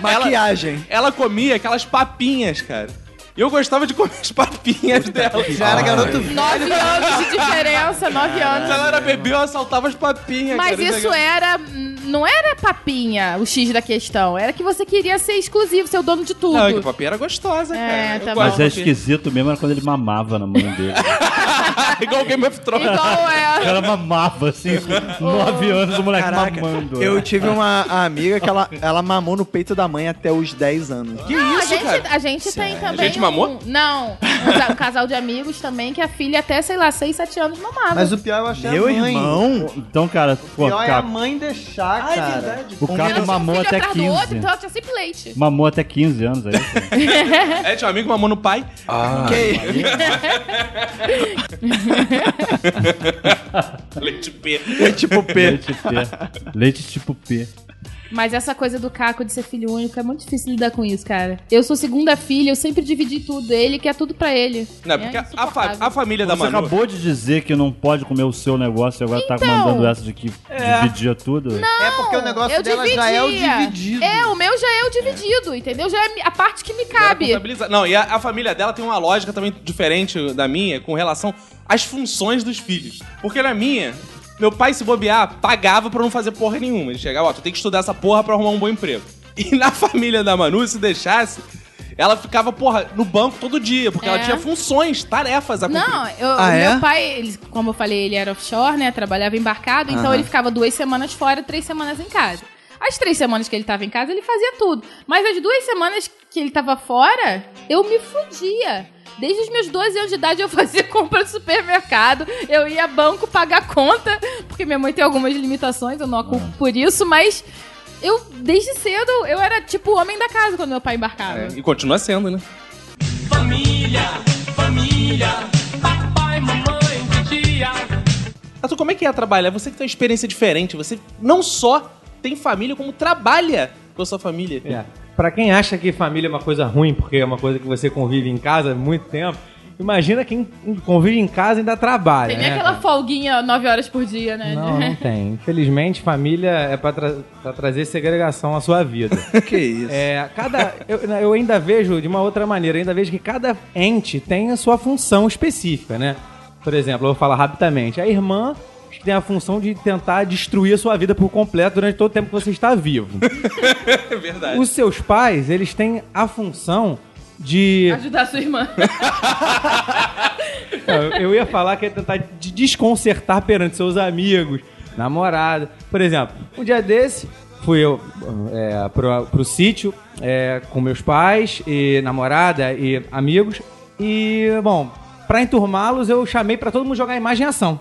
Speaker 2: Maquiagem.
Speaker 1: Ela comia aquelas papinhas, cara. E eu gostava de comer as papinhas dela.
Speaker 5: Já era garoto filho.
Speaker 3: Nove anos de diferença, nove
Speaker 1: Quando
Speaker 3: anos.
Speaker 1: tá- ela era bebê, eu assaltava as papinhas,
Speaker 3: Mas
Speaker 1: cara.
Speaker 3: isso é era. Não era papinha o X da questão. Era que você queria ser exclusivo, ser o dono de tudo.
Speaker 1: Não, é que a papinha era gostosa,
Speaker 3: É,
Speaker 1: cara. Eu
Speaker 3: tá
Speaker 1: gosto
Speaker 6: Mas é
Speaker 1: de papinha.
Speaker 6: esquisito mesmo era quando ele mamava na mãe dele.
Speaker 1: É Igual Game of Thrones.
Speaker 3: Igual
Speaker 6: O
Speaker 3: é.
Speaker 6: cara mamava, assim, com nove anos, o moleque
Speaker 2: Caraca,
Speaker 6: mamando.
Speaker 2: Eu tive uma amiga que ela, ela mamou no peito da mãe até os 10 anos.
Speaker 1: Que
Speaker 3: Não, a
Speaker 1: é isso, cara? é.
Speaker 3: gente, a gente tem também.
Speaker 1: gente mamou?
Speaker 3: um- não, um, ca- um casal de amigos também que a filha até, sei lá, 6, 7 anos mamava.
Speaker 5: Mas o pior eu achei
Speaker 2: Meu
Speaker 5: a mãe.
Speaker 2: irmão?
Speaker 6: Então, cara,
Speaker 5: O
Speaker 6: pô,
Speaker 5: pior é a
Speaker 6: Caco,
Speaker 5: mãe deixar, cara.
Speaker 6: o
Speaker 3: Ela tinha
Speaker 6: Caco
Speaker 3: um
Speaker 6: mamou
Speaker 3: filho
Speaker 6: até
Speaker 3: atrás do Outro,
Speaker 6: 15.
Speaker 3: então ela tinha sempre leite.
Speaker 6: Mamou até 15 anos aí.
Speaker 1: É, tinha um amigo que mamou no pai.
Speaker 5: Ah,
Speaker 1: Leite P.
Speaker 6: tipo P. Leite P. Leite tipo P.
Speaker 3: Mas essa coisa do Caco de ser filho único é muito difícil lidar com isso, cara. Eu sou segunda filha, eu sempre dividi tudo. Ele quer tudo pra ele.
Speaker 1: Não, porque
Speaker 3: É
Speaker 1: a, fa-
Speaker 5: ah,
Speaker 3: insuportável.
Speaker 1: a família da
Speaker 6: Você
Speaker 1: Manu...
Speaker 6: acabou de dizer que não pode comer o seu negócio e agora tá
Speaker 3: Então.
Speaker 6: mandando essa de que dividia tudo.
Speaker 5: É porque o negócio
Speaker 3: eu
Speaker 5: dela já é o
Speaker 3: dividia.
Speaker 5: dividido.
Speaker 3: É, o meu já é o dividido, entendeu? Já é a parte que me
Speaker 1: Era
Speaker 3: cabe.
Speaker 1: contabiliza- Não, e a, a família dela tem uma lógica também diferente da minha com relação às funções dos filhos. Porque na minha, meu pai se bobear, pagava pra não fazer porra nenhuma. Ele chegava, ó, tu tem que estudar essa porra pra arrumar um bom emprego. E na família da Manu, se deixasse, ela ficava, porra, no banco todo dia, porque ela
Speaker 3: É.
Speaker 1: tinha funções, tarefas a cumprir.
Speaker 3: Não, eu,
Speaker 2: Ah,
Speaker 3: o meu
Speaker 2: é?
Speaker 3: pai, ele- como eu falei, ele era offshore, né? Trabalhava embarcado, então ele ficava duas semanas fora, três semanas em casa. As três semanas que ele tava em casa, ele fazia tudo. Mas as duas semanas que ele tava fora, eu me fudia. Desde os meus 12 anos de idade eu fazia compra no supermercado, eu ia a banco pagar conta, porque minha mãe tem algumas limitações, eu não a culpo por isso, mas eu, desde cedo, eu era tipo o homem da casa quando meu pai embarcava.
Speaker 1: É, E continua sendo, né? Mas como é que é trabalhar? Você que tem uma experiência diferente, você não só tem família, como trabalha com a sua família.
Speaker 4: É. Pra quem acha que família é uma coisa ruim, porque é uma coisa que você convive em casa há muito tempo, imagina quem convive em casa e ainda trabalha.
Speaker 3: Tem nem
Speaker 4: né,
Speaker 3: aquela
Speaker 4: cara?
Speaker 3: folguinha nove horas por dia, né?
Speaker 4: Não, não tem. Infelizmente, família é pra, tra- pra trazer segregação à sua vida.
Speaker 2: Que isso?
Speaker 4: É, cada, eu, eu ainda vejo de uma outra maneira, eu ainda vejo que cada ente tem a sua função específica, né? Por exemplo, eu vou falar rapidamente. A irmã tem a função de tentar destruir a sua vida por completo durante todo o tempo que você está vivo.
Speaker 1: É verdade.
Speaker 4: Os seus pais, eles têm a função de.
Speaker 3: Ajudar sua irmã.
Speaker 4: Não, eu- eu ia falar que ia tentar te desconcertar perante seus amigos, namorada. Por exemplo, um dia desse, fui eu é, pro, pro sítio é, com meus pais e namorada e amigos. E, bom, pra enturmá-los, eu chamei pra todo mundo jogar imagem e ação.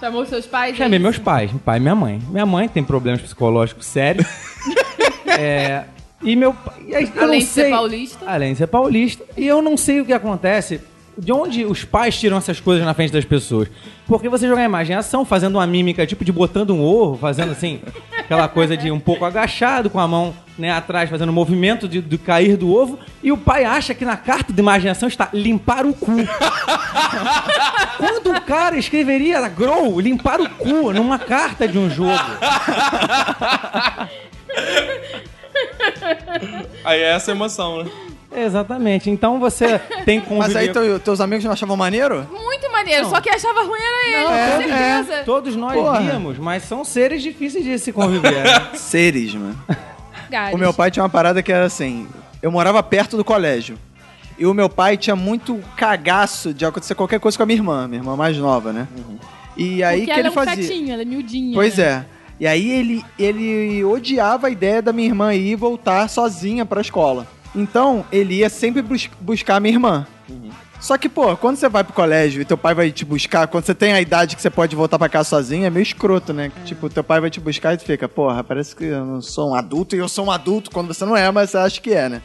Speaker 3: Chamou seus pais?
Speaker 4: Chamei
Speaker 3: aí?
Speaker 4: meus pais, meu pai e minha mãe. Minha mãe tem problemas psicológicos sérios. É, E meu pai. e aí eu
Speaker 3: Além de
Speaker 4: não
Speaker 3: ser
Speaker 4: sei-
Speaker 3: paulista.
Speaker 4: Além de ser paulista. E eu não sei o que acontece. De onde os pais tiram essas coisas na frente das pessoas? Porque você jogar a imagem em ação, fazendo uma mímica, tipo de botando um ovo, fazendo assim, aquela coisa de um pouco agachado, com a mão né, atrás, fazendo o movimento de, do cair do ovo, e o pai acha que na carta de imagem em ação está limpar o cu. Quando o cara escreveria grow, limpar o cu numa carta de um jogo?
Speaker 1: Aí é essa emoção, né?
Speaker 4: Exatamente. Então você tem que
Speaker 2: Mas aí
Speaker 4: conviver
Speaker 2: teu- teus amigos não achavam maneiro?
Speaker 3: Muito maneiro, só que achava ruim era ele,
Speaker 2: é,
Speaker 3: com certeza.
Speaker 4: Todos nós
Speaker 2: Porra.
Speaker 4: vimos, mas são seres difíceis de se conviver. né?
Speaker 2: Seres, mano.
Speaker 3: Gares.
Speaker 2: O meu pai tinha uma parada que era assim: eu morava perto do colégio. E o meu pai tinha muito cagaço de acontecer qualquer coisa com a minha irmã, minha irmã mais nova, né?
Speaker 5: Uhum.
Speaker 2: E aí
Speaker 3: Porque
Speaker 2: que
Speaker 3: ela
Speaker 2: ele
Speaker 3: é um
Speaker 2: fazia.
Speaker 3: fetinho, ela é miudinha.
Speaker 2: Pois
Speaker 3: né?
Speaker 2: é. E aí ele, ele odiava a ideia da minha irmã ir voltar sozinha pra escola. Então, ele ia sempre bus- buscar a minha irmã. Só que, pô, quando você vai pro colégio e teu pai vai te buscar, quando você tem a idade que você pode voltar pra casa sozinho, é meio escroto, né? Tipo, teu pai vai te buscar e tu fica, porra, parece que eu não sou um adulto e eu sou um adulto quando você não é, mas você acha que é, né?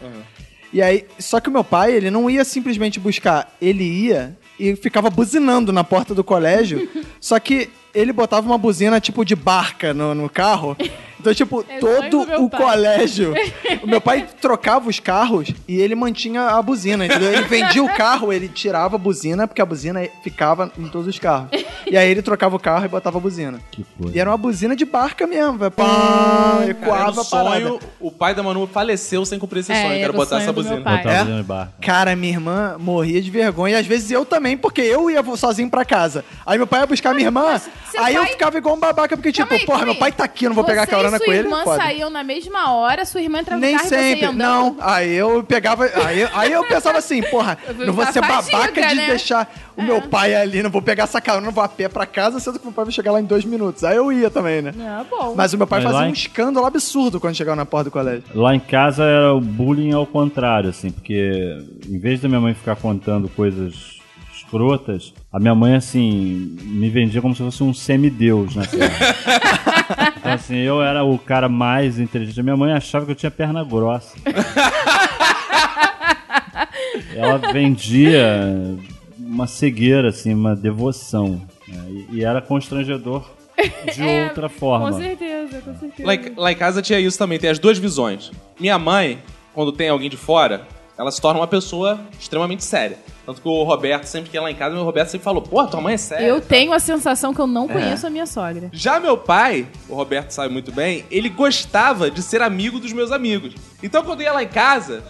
Speaker 2: E aí, só que o meu pai, ele não ia simplesmente buscar, ele ia e ficava buzinando na porta do colégio. só que ele botava uma buzina tipo de barca no, no carro. Então, tipo,
Speaker 3: É o sonho
Speaker 2: todo
Speaker 3: do meu
Speaker 2: o
Speaker 3: pai.
Speaker 2: colégio. O meu pai trocava os carros e ele mantinha a buzina, entendeu? Ele vendia o carro, ele tirava a buzina, porque a buzina ficava em todos os carros. E aí ele trocava o carro e botava a buzina.
Speaker 6: Que coisa.
Speaker 2: E era uma buzina de barca mesmo, velho.
Speaker 1: Cara,
Speaker 2: Pá,
Speaker 1: era
Speaker 2: ecoava
Speaker 1: um
Speaker 2: a parada.
Speaker 1: sonho, o pai da Manu faleceu sem cumprir esse
Speaker 3: É,
Speaker 1: sonho.
Speaker 3: era
Speaker 1: Quero
Speaker 3: o
Speaker 1: botar
Speaker 3: sonho
Speaker 1: essa
Speaker 3: do meu
Speaker 1: buzina.
Speaker 3: pai.
Speaker 6: Botar
Speaker 2: É?
Speaker 6: a buzina de barco.
Speaker 2: Cara, minha irmã morria de vergonha. E às vezes eu também, porque eu ia sozinho pra casa. Aí meu pai ia buscar minha irmã,
Speaker 3: seu
Speaker 2: aí eu
Speaker 3: pai-
Speaker 2: ficava igual um babaca, porque tipo,
Speaker 3: Calma aí,
Speaker 2: porra,
Speaker 3: calma
Speaker 2: meu
Speaker 3: aí.
Speaker 2: pai tá aqui, eu não vou pegar
Speaker 3: Você
Speaker 2: carona
Speaker 3: e sua
Speaker 2: com ele.
Speaker 3: irmã
Speaker 2: foda.
Speaker 3: saíam na mesma hora, sua irmã entrava
Speaker 2: Nem
Speaker 3: no carro e você ia
Speaker 2: sempre,
Speaker 3: andando.
Speaker 2: não. Aí eu pegava. Aí, aí eu pensava assim, porra,
Speaker 3: Eu vou
Speaker 2: não vou
Speaker 3: dar
Speaker 2: ser
Speaker 3: fadiga,
Speaker 2: babaca de
Speaker 3: né?
Speaker 2: deixar o meu pai ali, não vou pegar essa carona, não vou a pé pra casa, sendo que meu pai vai chegar lá em dois minutos. Aí eu ia também, né?
Speaker 3: É bom.
Speaker 2: Mas o meu pai
Speaker 6: Vai
Speaker 2: fazia
Speaker 6: lá,
Speaker 2: um
Speaker 6: hein?
Speaker 2: escândalo absurdo quando chegava na porta do colégio.
Speaker 6: Lá em casa era o bullying ao contrário, assim, porque em vez da minha mãe ficar contando coisas escrotas, a minha mãe, assim, me vendia como se fosse um semideus na terra. Então, assim, eu era o cara mais inteligente. A minha mãe achava que eu tinha perna grossa. Ela vendia uma cegueira, assim, uma devoção. né? E- E era constrangedor de outra
Speaker 3: É, Com
Speaker 6: forma.
Speaker 3: certeza, com certeza.
Speaker 1: Lá, em- lá em casa tinha isso também, tem as duas visões. Minha mãe, quando tem alguém de fora, ela se torna uma pessoa extremamente séria. Tanto que o Roberto, sempre que ia lá em casa, o Roberto sempre falou: Pô, tua mãe é séria.
Speaker 3: Eu tenho a sensação que eu não conheço a minha sogra.
Speaker 1: Já meu pai, o Roberto sabe muito bem, ele gostava de ser amigo dos meus amigos. Então quando eu ia lá em casa,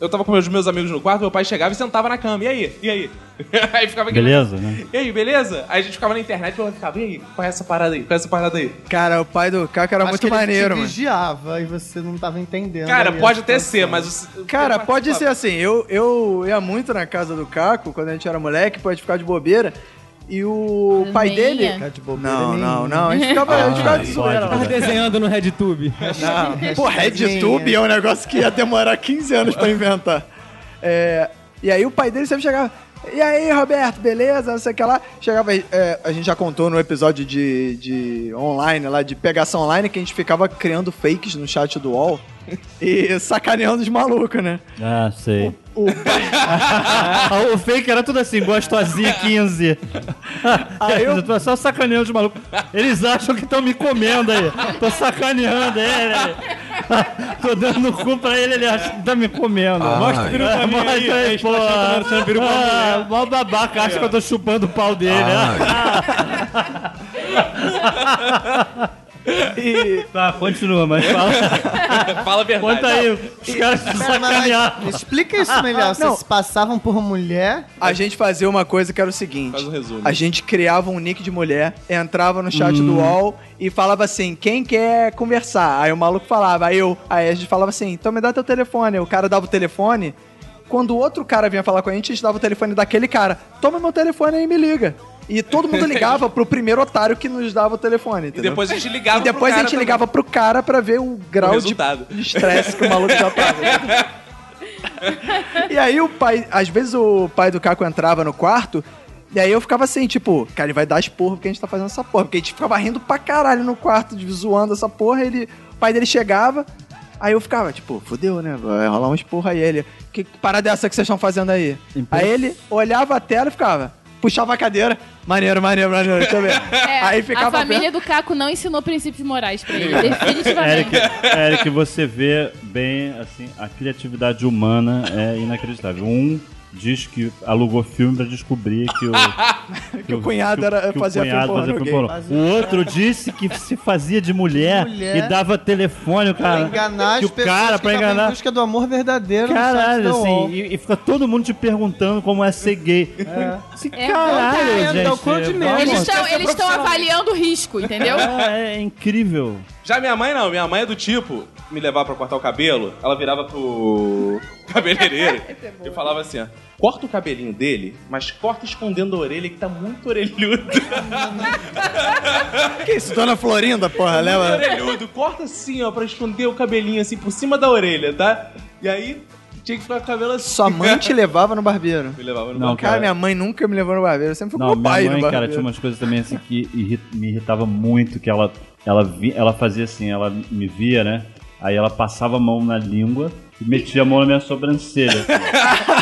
Speaker 1: eu tava com meus meus amigos no quarto, meu pai chegava e sentava na cama. E aí? E aí? aí ficava aquele-
Speaker 6: Beleza, né?
Speaker 1: E aí, beleza? Aí a gente ficava na internet e eu ficava, e aí, qual é essa parada aí? Qual é essa parada aí?
Speaker 2: Cara, o pai do Caco era
Speaker 5: Acho que
Speaker 2: muito
Speaker 5: ele
Speaker 2: maneiro,
Speaker 5: te
Speaker 2: mano.
Speaker 5: vigiava e você não tava entendendo.
Speaker 1: Cara,
Speaker 5: ali a
Speaker 1: pode até
Speaker 5: situação.
Speaker 1: ser, mas. o-
Speaker 2: assim. Cara,
Speaker 1: eu
Speaker 2: pode ser
Speaker 1: participava.
Speaker 2: assim. Eu, eu ia muito na casa do Caco quando a gente era moleque, pode ficar de bobeira. E o
Speaker 3: Eu
Speaker 2: pai
Speaker 3: nem
Speaker 2: dele.
Speaker 3: ia.
Speaker 5: Cara, de bobeira
Speaker 2: Não,
Speaker 5: nenhuma.
Speaker 2: não, não. A gente ficava, a gente ficava de zoeira.
Speaker 6: pode,
Speaker 4: Tava desenhando no RedTube.
Speaker 2: Não. Pô, RedTube é um negócio que ia demorar 15 anos pra inventar. É, e aí o pai dele sempre chegava. E aí, Roberto, beleza? Não sei o que lá. Chegava. é, a gente já contou no episódio de, de online, lá de pegação online, que a gente ficava criando fakes no chat do UOL e sacaneando os malucos, né?
Speaker 6: Ah, sei.
Speaker 2: O
Speaker 6: o fake era tudo assim, gostosinha 15.
Speaker 2: Aí eu-
Speaker 6: eu tô só sacaneando os malucos. Eles acham que estão me comendo aí. Tô sacaneando ele. ele. tô dando cu pra ele, ele acha que tá me comendo.
Speaker 4: Mostra o peru pra mim aí,
Speaker 6: Mostra aí,
Speaker 4: eles tão achando que tá dando peru pra
Speaker 6: Ah, Mó babaca, acha que eu tô chupando o pau dele. né?
Speaker 2: e-
Speaker 6: Tá, continua, mas fala.
Speaker 1: Fala
Speaker 2: É
Speaker 1: a verdade.
Speaker 6: Conta aí, os caras te
Speaker 5: Pera, mas-
Speaker 6: sacanearam.
Speaker 5: me explica isso melhor.
Speaker 2: Ah, Não.
Speaker 5: Vocês passavam por mulher?
Speaker 2: A gente fazia uma coisa que era o seguinte:
Speaker 1: Faz um resumo.
Speaker 2: a gente criava um nick de mulher, entrava no chat do UOL e falava assim: quem quer conversar? Aí o maluco falava, aí eu, aí a gente falava assim: então me dá teu telefone. O cara dava o telefone. Quando o outro cara vinha falar com a gente, a gente dava o telefone daquele cara: toma meu telefone aí e me liga. E todo mundo ligava pro primeiro otário que nos dava o telefone.
Speaker 1: E
Speaker 2: entendeu?
Speaker 1: depois a gente ligava
Speaker 2: E
Speaker 1: pro
Speaker 2: depois a
Speaker 1: cara
Speaker 2: gente ligava pro cara pra ver o grau de
Speaker 1: resultado.
Speaker 2: de estresse que o maluco já tava. e aí o pai, às vezes o pai do Caco entrava no quarto, e aí eu ficava assim, tipo, cara, ele vai dar esporro porque a gente tá fazendo essa porra. Porque a gente ficava rindo pra caralho no quarto, de- zoando essa porra, ele, o pai dele chegava, aí eu ficava, tipo, fodeu, né? Vai rolar um esporro aí. Ele, que parada é essa que vocês estão fazendo aí? Aí ele olhava a tela e ficava, puxava a cadeira, maneiro, maneiro, maneiro, deixa eu ver.
Speaker 3: É,
Speaker 2: aí ficava
Speaker 3: a família do Caco não ensinou princípios morais pra ele,
Speaker 6: Eric,
Speaker 3: definitivamente.
Speaker 6: Eric, você vê bem, assim, a criatividade humana é inacreditável. Um diz que alugou filme pra descobrir que o. que,
Speaker 2: o cunhado era- fazia filme pornô
Speaker 6: filme
Speaker 2: gay.
Speaker 6: pornô.
Speaker 5: Fazia-
Speaker 6: O outro disse que se fazia de mulher,
Speaker 5: mulher.
Speaker 6: e dava telefone, o
Speaker 5: Pra
Speaker 6: cara.
Speaker 5: enganar
Speaker 6: que
Speaker 5: as
Speaker 6: o
Speaker 5: pessoas
Speaker 6: cara,
Speaker 5: que
Speaker 6: pra
Speaker 5: estavam em
Speaker 6: enganar.
Speaker 5: busca um do amor verdadeiro no site
Speaker 6: Caralho,
Speaker 5: da UOL.
Speaker 6: assim, e, e fica todo mundo te perguntando como é ser gay. Esse caralho,
Speaker 5: É,
Speaker 6: gente.
Speaker 5: dá o cu de
Speaker 6: é,
Speaker 5: merda.
Speaker 6: vamos-
Speaker 3: Eles
Speaker 5: Amor,
Speaker 3: estão
Speaker 5: você é
Speaker 3: eles estão
Speaker 5: profissional.
Speaker 3: avaliando o risco, entendeu?
Speaker 6: É, é incrível.
Speaker 1: Já minha mãe não, minha mãe é do tipo, me levar pra cortar o cabelo, ela virava pro cabeleireiro e falava assim, ó, corta o cabelinho dele, mas corta escondendo a orelha que tá muito orelhudo.
Speaker 2: Que isso, Dona Florinda, porra, leva.
Speaker 1: orelhudo, corta assim, ó, pra esconder o cabelinho assim por cima da orelha, tá? E aí tinha que ficar com o cabelo assim.
Speaker 2: Sua mãe te levava no barbeiro.
Speaker 1: Me levava no
Speaker 6: Não,
Speaker 1: não,
Speaker 2: Cara, minha né? mãe nunca me levou no barbeiro. Eu sempre fui com
Speaker 6: Não,
Speaker 2: meu pai
Speaker 6: minha
Speaker 2: no
Speaker 6: mãe, cara,
Speaker 2: barbeiro.
Speaker 6: tinha umas coisas também assim que irri- me irritava muito, que ela, ela, vi- ela fazia assim, ela me via, né? Aí ela passava a mão na língua e metia a mão na minha sobrancelha. assim.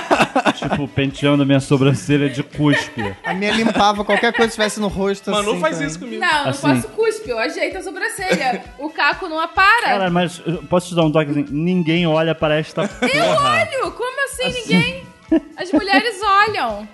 Speaker 6: tipo, penteando a minha sobrancelha de cuspe.
Speaker 3: É.
Speaker 5: A minha limpava qualquer coisa que tivesse no rosto.
Speaker 1: Manu
Speaker 5: assim,
Speaker 1: faz
Speaker 5: cara.
Speaker 1: isso comigo.
Speaker 3: Não, não
Speaker 6: Assim.
Speaker 3: faço cuspe, eu ajeito a sobrancelha. O caco não apara.
Speaker 6: Cara, mas eu posso te dar um toquezinho? Ninguém olha para esta porra.
Speaker 3: Olho, como assim, ninguém? As mulheres olham.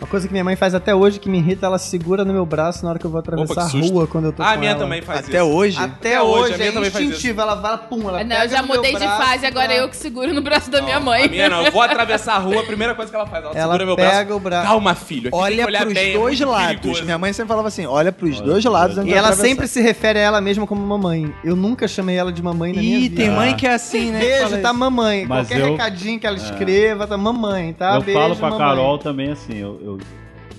Speaker 5: Uma coisa que minha mãe faz até hoje que me irrita, ela segura no meu braço na hora que eu vou
Speaker 1: Opa, que
Speaker 5: atravessar a
Speaker 1: susto.
Speaker 5: rua quando eu tô com
Speaker 1: Ah, a minha
Speaker 5: ela.
Speaker 1: também faz
Speaker 2: Até
Speaker 1: isso.
Speaker 2: hoje.
Speaker 5: Até
Speaker 1: Até hoje, a
Speaker 5: hoje,
Speaker 1: minha
Speaker 5: é
Speaker 1: também faz
Speaker 5: instintiva, ela vai, pum, ela
Speaker 3: Não,
Speaker 5: pega
Speaker 3: eu já
Speaker 5: no meu
Speaker 3: mudei de
Speaker 5: braço,
Speaker 3: fase, agora
Speaker 5: tá?
Speaker 3: eu que seguro no braço da minha mãe.
Speaker 1: A minha não, eu vou atravessar a rua, a primeira coisa que ela faz, ela,
Speaker 5: Ela
Speaker 1: segura meu
Speaker 5: pega
Speaker 1: braço.
Speaker 5: o braço.
Speaker 1: Calma, filho. aqui tem que
Speaker 2: Olha
Speaker 1: olhar
Speaker 2: pros
Speaker 1: bem, é
Speaker 2: dois
Speaker 1: muito
Speaker 2: lados.
Speaker 1: perigoso.
Speaker 2: Minha mãe sempre falava assim: olha pros dois lados. antes
Speaker 5: E
Speaker 2: de
Speaker 5: ela
Speaker 2: atravessar.
Speaker 5: sempre se refere a ela mesma como mamãe. Eu nunca chamei ela de mamãe na minha
Speaker 2: Ih,
Speaker 5: vida.
Speaker 2: tem mãe que é assim, né? Fala
Speaker 5: Beijo,
Speaker 2: isso.
Speaker 5: tá mamãe.
Speaker 6: Mas
Speaker 5: Qualquer
Speaker 6: eu-
Speaker 5: recadinho que ela escreva, tá mamãe, tá?
Speaker 6: Ah, eu
Speaker 5: Beijo,
Speaker 6: falo pra
Speaker 5: mamãe.
Speaker 6: Carol também assim, eu, eu-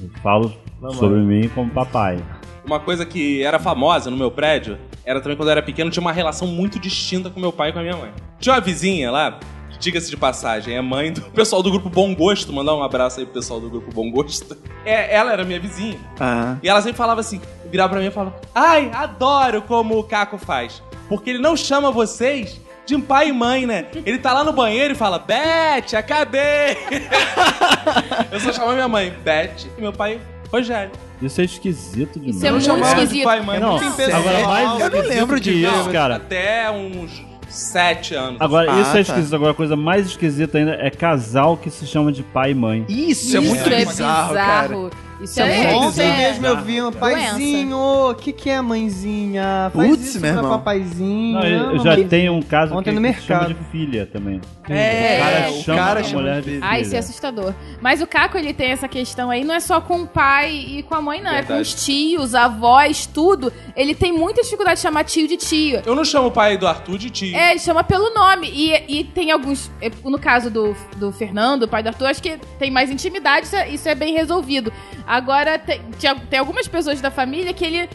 Speaker 6: eu falo sobre mim como papai.
Speaker 1: Uma coisa que era famosa no meu prédio era também quando eu era pequeno, tinha uma relação muito distinta com meu pai e com a minha mãe. Tinha uma vizinha lá, que, diga-se de passagem, é mãe do pessoal do grupo Bom Gosto, mandar um abraço aí pro pessoal do grupo Bom Gosto. É, ela era minha vizinha.
Speaker 2: Ah.
Speaker 1: E ela sempre falava assim, virava pra mim e falava: Ai, adoro como o Caco faz. Porque ele não chama vocês de pai e mãe, né? Ele tá lá no banheiro e fala: Bete, acabei! eu só chamava minha mãe, Bete, e meu pai, Rogério.
Speaker 6: Isso é esquisito demais.
Speaker 3: Isso é muito
Speaker 1: chamava de
Speaker 3: esquisito.
Speaker 1: pai e mãe,
Speaker 6: Não,
Speaker 1: muito
Speaker 5: impessoal.
Speaker 6: agora mais
Speaker 2: Eu não
Speaker 6: esquisito
Speaker 2: lembro
Speaker 6: que
Speaker 2: de ver.
Speaker 6: isso, cara.
Speaker 1: Até uns sete anos.
Speaker 6: Agora,
Speaker 2: Ah,
Speaker 6: isso
Speaker 2: tá.
Speaker 6: é esquisito. Agora, a coisa mais esquisita ainda é casal que se chama de pai e mãe.
Speaker 2: Isso, é muito bizarro, cara.
Speaker 3: Isso é,
Speaker 2: muito
Speaker 3: isso
Speaker 5: Ontem
Speaker 3: é-
Speaker 5: mesmo eu vi um paizinho, o que que é mãezinha? Faz
Speaker 2: Putz,
Speaker 5: isso
Speaker 2: meu
Speaker 5: pra
Speaker 2: irmão.
Speaker 4: um
Speaker 5: papaizinho.
Speaker 6: Não, eu- eu
Speaker 5: Não,
Speaker 6: já
Speaker 5: mamãe.
Speaker 6: tenho um caso
Speaker 5: Ontem
Speaker 6: que
Speaker 5: no
Speaker 6: que se chama
Speaker 5: mercado.
Speaker 6: de filha também.
Speaker 1: É,
Speaker 6: o cara
Speaker 3: o
Speaker 6: chama
Speaker 2: cara
Speaker 6: a
Speaker 2: chama
Speaker 6: mulher
Speaker 2: de
Speaker 6: de filha.
Speaker 3: Ah, isso é assustador. Mas o Caco, ele tem essa questão aí, não é só com o pai e com a mãe, não. É com
Speaker 1: Verdade.
Speaker 3: os tios, avós, tudo. Ele tem muita dificuldade de chamar tio de tio.
Speaker 1: Eu não chamo o pai do Arthur de tio.
Speaker 3: É, ele chama pelo nome. E, e tem alguns. é, No caso do, do Fernando, o pai do Arthur, acho que tem mais intimidade, isso é, isso é bem resolvido. Agora, tem, tinha- tem algumas pessoas da família que ele.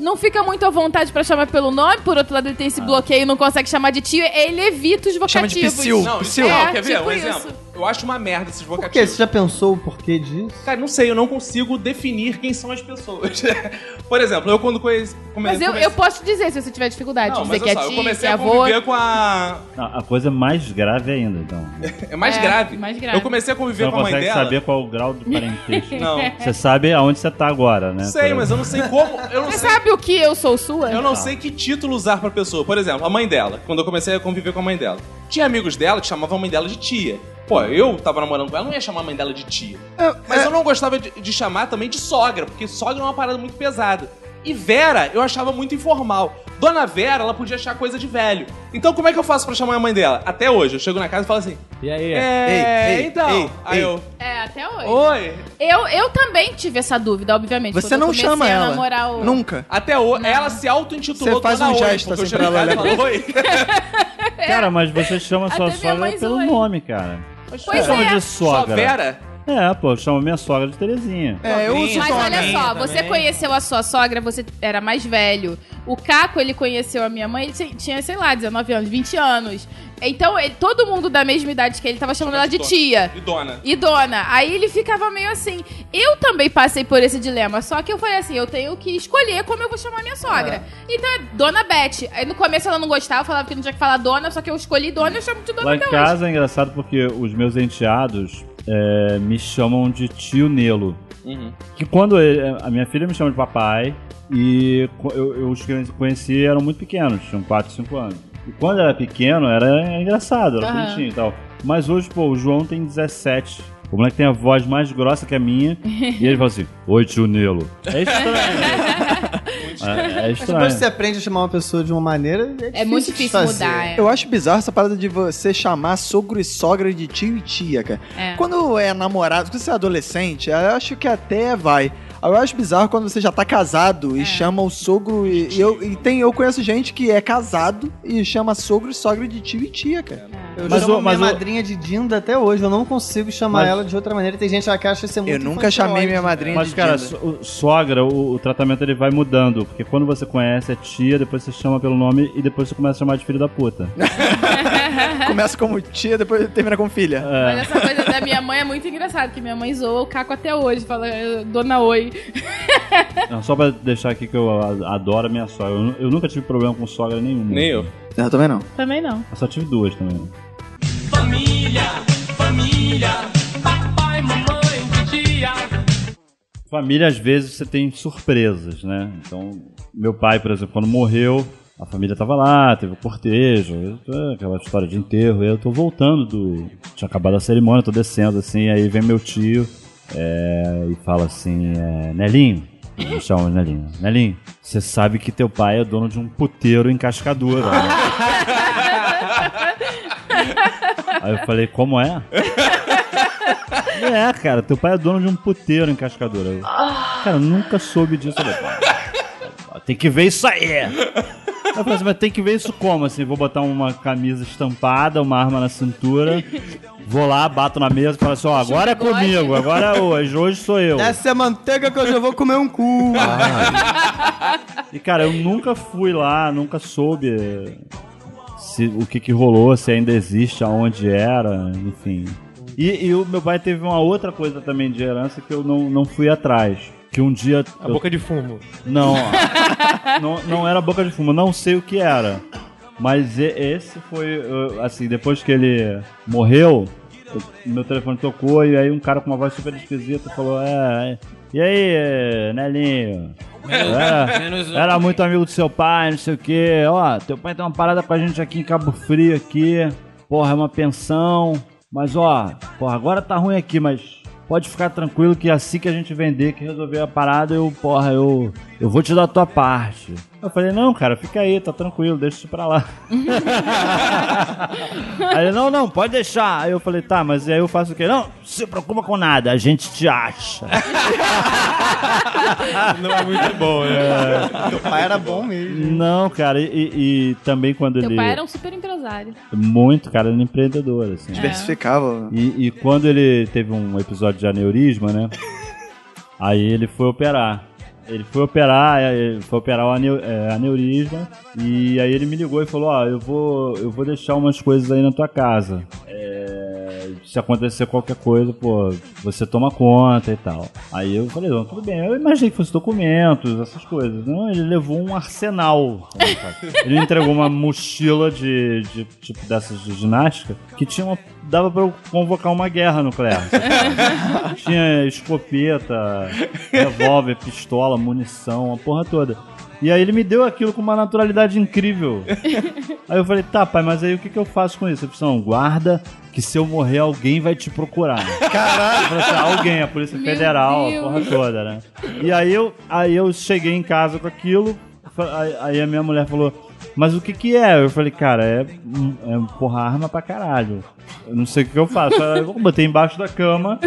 Speaker 3: Não fica muito à vontade pra chamar pelo nome, por outro lado, ele tem esse bloqueio e não consegue chamar de tio, ele evita os vocativos.
Speaker 2: Ah. Chama de psiu.
Speaker 1: Não, isso
Speaker 3: É,
Speaker 1: não, quer ver?
Speaker 3: tipo
Speaker 1: um exemplo.
Speaker 3: isso.
Speaker 1: Eu acho uma merda esses
Speaker 5: Por quê?
Speaker 1: vocativos.
Speaker 5: Você já pensou o porquê disso?
Speaker 1: Cara, não sei, eu não consigo definir quem são as pessoas. Por exemplo, eu quando conheci. come-
Speaker 3: Mas eu,
Speaker 1: comecei-
Speaker 3: eu posso te dizer se você tiver dificuldade.
Speaker 1: Não,
Speaker 3: dizer
Speaker 1: mas
Speaker 3: que é
Speaker 1: olha só, eu
Speaker 3: tio, que
Speaker 1: comecei
Speaker 3: é
Speaker 1: a
Speaker 3: avô.
Speaker 1: conviver com a.
Speaker 6: Não, a coisa mais grave ainda, então.
Speaker 1: É mais
Speaker 3: É,
Speaker 1: grave.
Speaker 3: mais grave.
Speaker 1: Eu comecei a
Speaker 6: Você
Speaker 1: conviver
Speaker 6: não
Speaker 1: com a mãe
Speaker 6: consegue
Speaker 1: dela.
Speaker 6: saber qual é o grau de parentesco.
Speaker 1: Não,
Speaker 6: Você sabe aonde você tá agora, né?
Speaker 1: sei, mas eu não sei como. Eu não
Speaker 3: Você
Speaker 1: sei.
Speaker 3: sabe o que eu sou sua?
Speaker 1: Eu não sei que título usar pra pessoa. Por exemplo, a mãe dela. Quando eu comecei a conviver com a mãe dela. Tinha amigos dela que chamavam a mãe dela de tia. Pô, eu tava namorando com ela, não ia chamar a mãe dela de tia.
Speaker 2: É,
Speaker 1: Mas eu não gostava de, de chamar também de sogra, porque sogra é uma parada muito pesada. E Vera, eu achava muito informal. Dona Vera, ela podia achar coisa de velho. Então como é que eu faço pra chamar a mãe dela? Até hoje, eu chego na casa e falo assim...
Speaker 4: E aí?
Speaker 1: É,
Speaker 2: Ei, ei,
Speaker 1: então...
Speaker 2: ei,
Speaker 1: aí
Speaker 2: ei.
Speaker 1: eu...
Speaker 3: É, até hoje.
Speaker 1: Oi...
Speaker 3: Eu, eu também tive essa dúvida, obviamente.
Speaker 2: Você
Speaker 3: quando eu
Speaker 2: não
Speaker 3: comecei
Speaker 2: chama
Speaker 3: a
Speaker 2: ela.
Speaker 3: namorar o-
Speaker 2: Nunca.
Speaker 1: Até hoje, ela se auto-intitulou
Speaker 2: Você faz
Speaker 1: Dona
Speaker 2: um
Speaker 1: Oi,
Speaker 2: gesto
Speaker 1: porque eu
Speaker 2: assim
Speaker 1: chego
Speaker 2: pra
Speaker 1: na
Speaker 2: ela
Speaker 1: casa e falo, Oi.
Speaker 6: Cara, mas você chama sua
Speaker 3: Até minha mãe
Speaker 6: sogra pelo
Speaker 3: zoa.
Speaker 6: nome, cara. Você
Speaker 3: Pois
Speaker 6: chama
Speaker 3: é.
Speaker 6: de
Speaker 1: Só
Speaker 6: sogra.
Speaker 1: Vera?
Speaker 6: É, pô, eu chamo minha sogra de Terezinha.
Speaker 2: É, eu uso
Speaker 3: Mas
Speaker 2: só,
Speaker 3: olha
Speaker 2: né?
Speaker 3: só,
Speaker 1: tá
Speaker 3: você conheceu a sua sogra, você era mais velho. O Caco, ele conheceu a minha mãe, ele ti- tinha, sei lá, 19 anos, 20 anos. Então, ele- todo mundo da mesma idade que ele tava chamando ela de tia.
Speaker 1: E Dona?
Speaker 3: E dona, aí ele ficava meio assim. Eu também passei por esse dilema, só que eu falei assim: eu tenho que escolher como eu vou chamar minha sogra. Então é dona Beth. Aí no começo ela não gostava, falava que não tinha que falar dona, só que eu escolhi dona e eu chamo de dona
Speaker 6: Lá em
Speaker 3: até hoje.
Speaker 6: casa é engraçado porque os meus enteados é, me chamam de tio Nelo.
Speaker 1: Uhum.
Speaker 6: Que quando ele- a minha filha me chama de papai, E co- eu, eu os que eu conheci eram muito pequenos, tinham 4, 5 anos. E quando era pequeno, era engraçado, era
Speaker 3: Aham.
Speaker 6: bonitinho e tal. Mas hoje, pô, o João tem 17. O moleque tem a voz mais grossa que a minha. e ele fala assim: Oi, tio Nilo. É estranho. né? é, é estranho.
Speaker 5: Depois que você aprende a chamar uma pessoa de uma maneira, é difícil
Speaker 3: É muito
Speaker 5: de
Speaker 3: difícil
Speaker 5: fazer.
Speaker 3: mudar. é.
Speaker 2: Eu acho bizarro essa parada de você chamar sogro e sogra de tio e tia, cara.
Speaker 3: É.
Speaker 2: Quando é namorado, quando você é adolescente, eu acho que até vai. Eu acho bizarro quando você já tá casado e
Speaker 3: É.
Speaker 2: chama o sogro e, e eu e tem eu conheço gente que é casado e chama sogro e sogra de tio e tia, cara.
Speaker 6: É,
Speaker 5: Eu
Speaker 6: Mas
Speaker 5: chamo
Speaker 6: o- mas
Speaker 5: minha
Speaker 6: o-
Speaker 5: madrinha de Dinda até hoje, eu não consigo chamar
Speaker 6: Mas-
Speaker 5: ela de outra maneira. Tem gente que acha isso é muito né?
Speaker 2: Eu nunca chamei
Speaker 5: infantiloide.
Speaker 2: minha madrinha
Speaker 6: né? Mas,
Speaker 2: de
Speaker 6: cara,
Speaker 2: Dinda.
Speaker 6: so- o- sogra, o, o tratamento ele vai mudando. Porque quando você conhece é tia, depois você chama pelo nome e depois você começa a chamar de filho da puta.
Speaker 2: começa como tia, depois termina com filha.
Speaker 3: Mas essa coisa da minha mãe é muito engraçada, porque minha mãe zoa o Caco até hoje, fala, "Eh, dona Oi.
Speaker 6: Não, só pra deixar aqui que eu a- adoro a minha sogra. Eu, nu- eu nunca tive problema com sogra nenhuma.
Speaker 1: Nem eu.
Speaker 2: Não, também não.
Speaker 3: Também não.
Speaker 6: Eu só tive duas também. Família, às vezes, você tem surpresas, né? Então, meu pai, por exemplo, quando morreu, a família tava lá, teve o cortejo, aquela história de enterro. Eu tô voltando do. Tinha acabado a cerimônia, tô descendo assim, aí vem meu tio é, e fala assim: é, Nelinho. Me chama de Nelinho. Nelinho, você sabe que teu pai é dono de um puteiro em cascadura. né? Aí eu falei, como é? é, cara, teu pai é dono de um puteiro em Cascadura. Eu, cara, eu nunca soube disso. Eu falei, "Pá, tem que ver isso aí. Aí Eu falei assim, mas tem que ver isso como? Assim, vou botar uma camisa estampada, uma arma na cintura, vou lá, bato na mesa e falo assim, ó, agora é comigo, agora é hoje, hoje sou eu.
Speaker 5: Essa é a manteiga que eu já vou comer um cu.
Speaker 6: Ah, E, cara, eu nunca fui lá, nunca soube eh, se, o que, que rolou, se ainda existe, aonde era, enfim. E, e o meu pai teve uma outra coisa também de herança que eu não, não fui atrás. Que um dia.
Speaker 4: A
Speaker 6: eu-
Speaker 4: boca de fumo.
Speaker 6: não, não, não era boca de fumo, não sei o que era. Mas e- esse foi, eh, assim, depois que ele morreu, eu- meu telefone tocou e aí um cara com uma voz super esquisita falou: É, é, e aí, eh, Nelinho? Era, era muito amigo do seu pai, não sei o quê. Ó, teu pai tem uma parada com a gente aqui em Cabo Frio aqui. Porra, é uma pensão. Mas ó, porra, agora tá ruim aqui, mas pode ficar tranquilo que assim que a gente vender, que resolver a parada, eu, porra, eu, eu vou te dar a tua parte. Eu falei, não, cara, fica aí, tá tranquilo, deixa isso pra lá. aí ele, não, não, pode deixar. Aí eu falei, tá, mas aí eu faço o quê? Não, se preocupa com nada, a gente te acha.
Speaker 4: Não é muito bom, né?
Speaker 5: Meu pai era bom mesmo.
Speaker 6: não, cara, e, e- e também quando
Speaker 3: Teu
Speaker 6: ele.
Speaker 3: pai era um super empresário.
Speaker 6: Muito, cara, ele é empreendedor, assim.
Speaker 2: Diversificava.
Speaker 6: E, e quando ele teve um episódio de aneurisma, né? aí ele foi operar. Ele foi operar, é, ele foi operar o aneu- é, aneurisma e aí ele me ligou e falou: "Ó, eu vou, eu vou deixar umas coisas aí na tua casa. É, se acontecer qualquer coisa, pô, você toma conta e tal". Aí eu falei: "Não, tudo bem". Eu imaginei que fosse documentos, essas coisas. Não, ele levou um arsenal. Ele entregou uma mochila de, de tipo dessas de ginástica que tinha uma, dava pra eu convocar uma guerra nuclear. sabe? tinha escopeta, revólver, pistola, munição, uma porra toda. E aí ele me deu aquilo com uma naturalidade incrível. Aí eu falei, tá, pai, mas aí o que, que eu faço com isso? Ele falou, assim, não, guarda que se eu morrer alguém vai te procurar. Caralho! Falei assim, alguém, a Polícia
Speaker 3: Meu
Speaker 6: Federal, a
Speaker 3: Deus.
Speaker 6: porra toda, né? E aí eu, aí eu cheguei em casa com aquilo, fa- aí- aí a minha mulher falou, mas o que que é? Eu falei, cara, é, um- é porra, arma pra caralho. Eu não sei o que que eu faço. Aí eu botei embaixo da cama,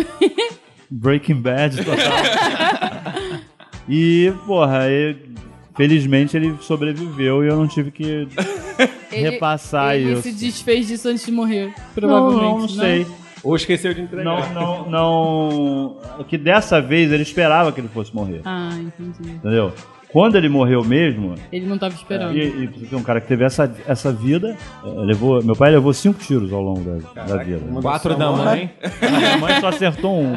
Speaker 6: Breaking Bad total. E, porra, aí, felizmente ele sobreviveu e eu não tive que
Speaker 3: Ele-
Speaker 6: repassar
Speaker 3: ele
Speaker 6: isso.
Speaker 3: se desfez disso antes de morrer,
Speaker 6: Não,
Speaker 3: provavelmente. né?
Speaker 6: não, não sei.
Speaker 4: Ou esqueceu de entregar.
Speaker 6: Não, não, não. Que dessa vez ele esperava que ele fosse morrer,
Speaker 3: Ah, entendi.
Speaker 6: entendeu? Quando ele morreu mesmo,
Speaker 3: Ele não tava esperando.
Speaker 6: e, e você tem um cara que teve essa, essa vida, eh, levou, meu pai levou cinco tiros ao longo da, da vida.
Speaker 4: Quatro da mãe.
Speaker 6: Minha mãe só acertou um.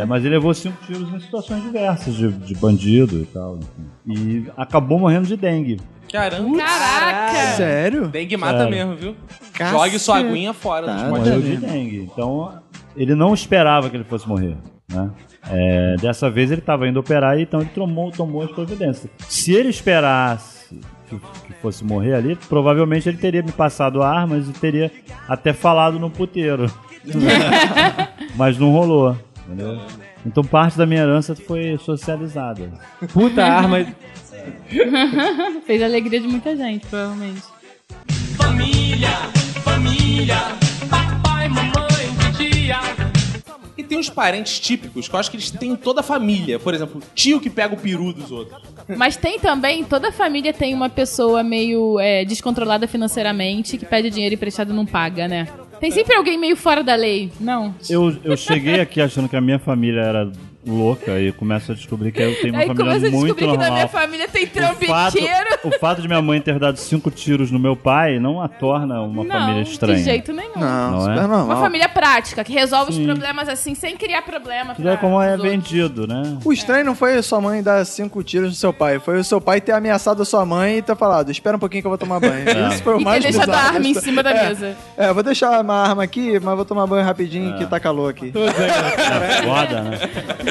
Speaker 6: É, mas ele levou cinco tiros em situações diversas, de, de bandido e tal. enfim. E acabou morrendo de dengue.
Speaker 1: Caramba.
Speaker 3: Caraca!
Speaker 2: Sério?
Speaker 1: Dengue mata
Speaker 6: Sério.
Speaker 1: mesmo, viu? Jogue sua aguinha fora.
Speaker 2: Tá,
Speaker 1: dos
Speaker 2: né?
Speaker 1: potes.
Speaker 6: Morreu de dengue. Então, ele não esperava que ele fosse morrer. né? É, dessa vez ele estava indo operar, então ele tomou, tomou as providências. Se ele esperasse que, que fosse morrer ali, provavelmente ele teria me passado armas e teria até falado no puteiro. Mas não rolou, entendeu? Então parte da minha herança foi socializada.
Speaker 4: Puta arma.
Speaker 3: Fez a alegria de muita gente, provavelmente.
Speaker 1: E tem os parentes típicos, que eu acho que eles têm em toda a família. Por exemplo, tio que pega o peru dos outros.
Speaker 3: Mas tem também, toda família tem uma pessoa meio é, descontrolada financeiramente que pede dinheiro emprestado e não paga, né? Tem sempre alguém meio fora da lei, não?
Speaker 6: Eu, eu cheguei aqui achando que a minha família era louca e começo a descobrir que eu tenho uma
Speaker 3: Aí começa a
Speaker 6: família muito
Speaker 3: descobrir que na minha
Speaker 6: normal.
Speaker 3: família tem
Speaker 6: O fato, é
Speaker 3: trambiqueiro.
Speaker 6: o fato de minha mãe ter dado cinco tiros no meu pai não a torna uma família
Speaker 3: Não,
Speaker 6: estranha.
Speaker 3: de jeito nenhum.
Speaker 2: Não,
Speaker 6: Não é?
Speaker 2: super normal.
Speaker 3: Uma família prática, que resolve os
Speaker 6: Sim.
Speaker 3: problemas assim, sem criar problema.
Speaker 6: Tudo é
Speaker 3: pra-
Speaker 6: como é
Speaker 3: pros outros.
Speaker 6: vendido, né?
Speaker 2: O estranho não foi sua mãe dar cinco tiros no seu pai, foi o seu pai ter ameaçado a sua mãe e ter falado: espera um pouquinho que eu vou tomar banho. Isso foi o
Speaker 3: E ter
Speaker 2: mais
Speaker 3: deixado a
Speaker 2: bizarro.
Speaker 3: arma em cima da mesa.
Speaker 2: É, vou deixar uma arma aqui, mas vou tomar banho rapidinho
Speaker 1: Ah.
Speaker 2: que tá calor aqui.
Speaker 6: É foda, né?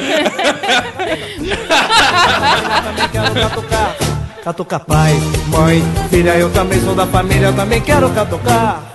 Speaker 7: também quero catucar. Catucar pai, mãe, filha, eu também sou da família, eu também quero catucar.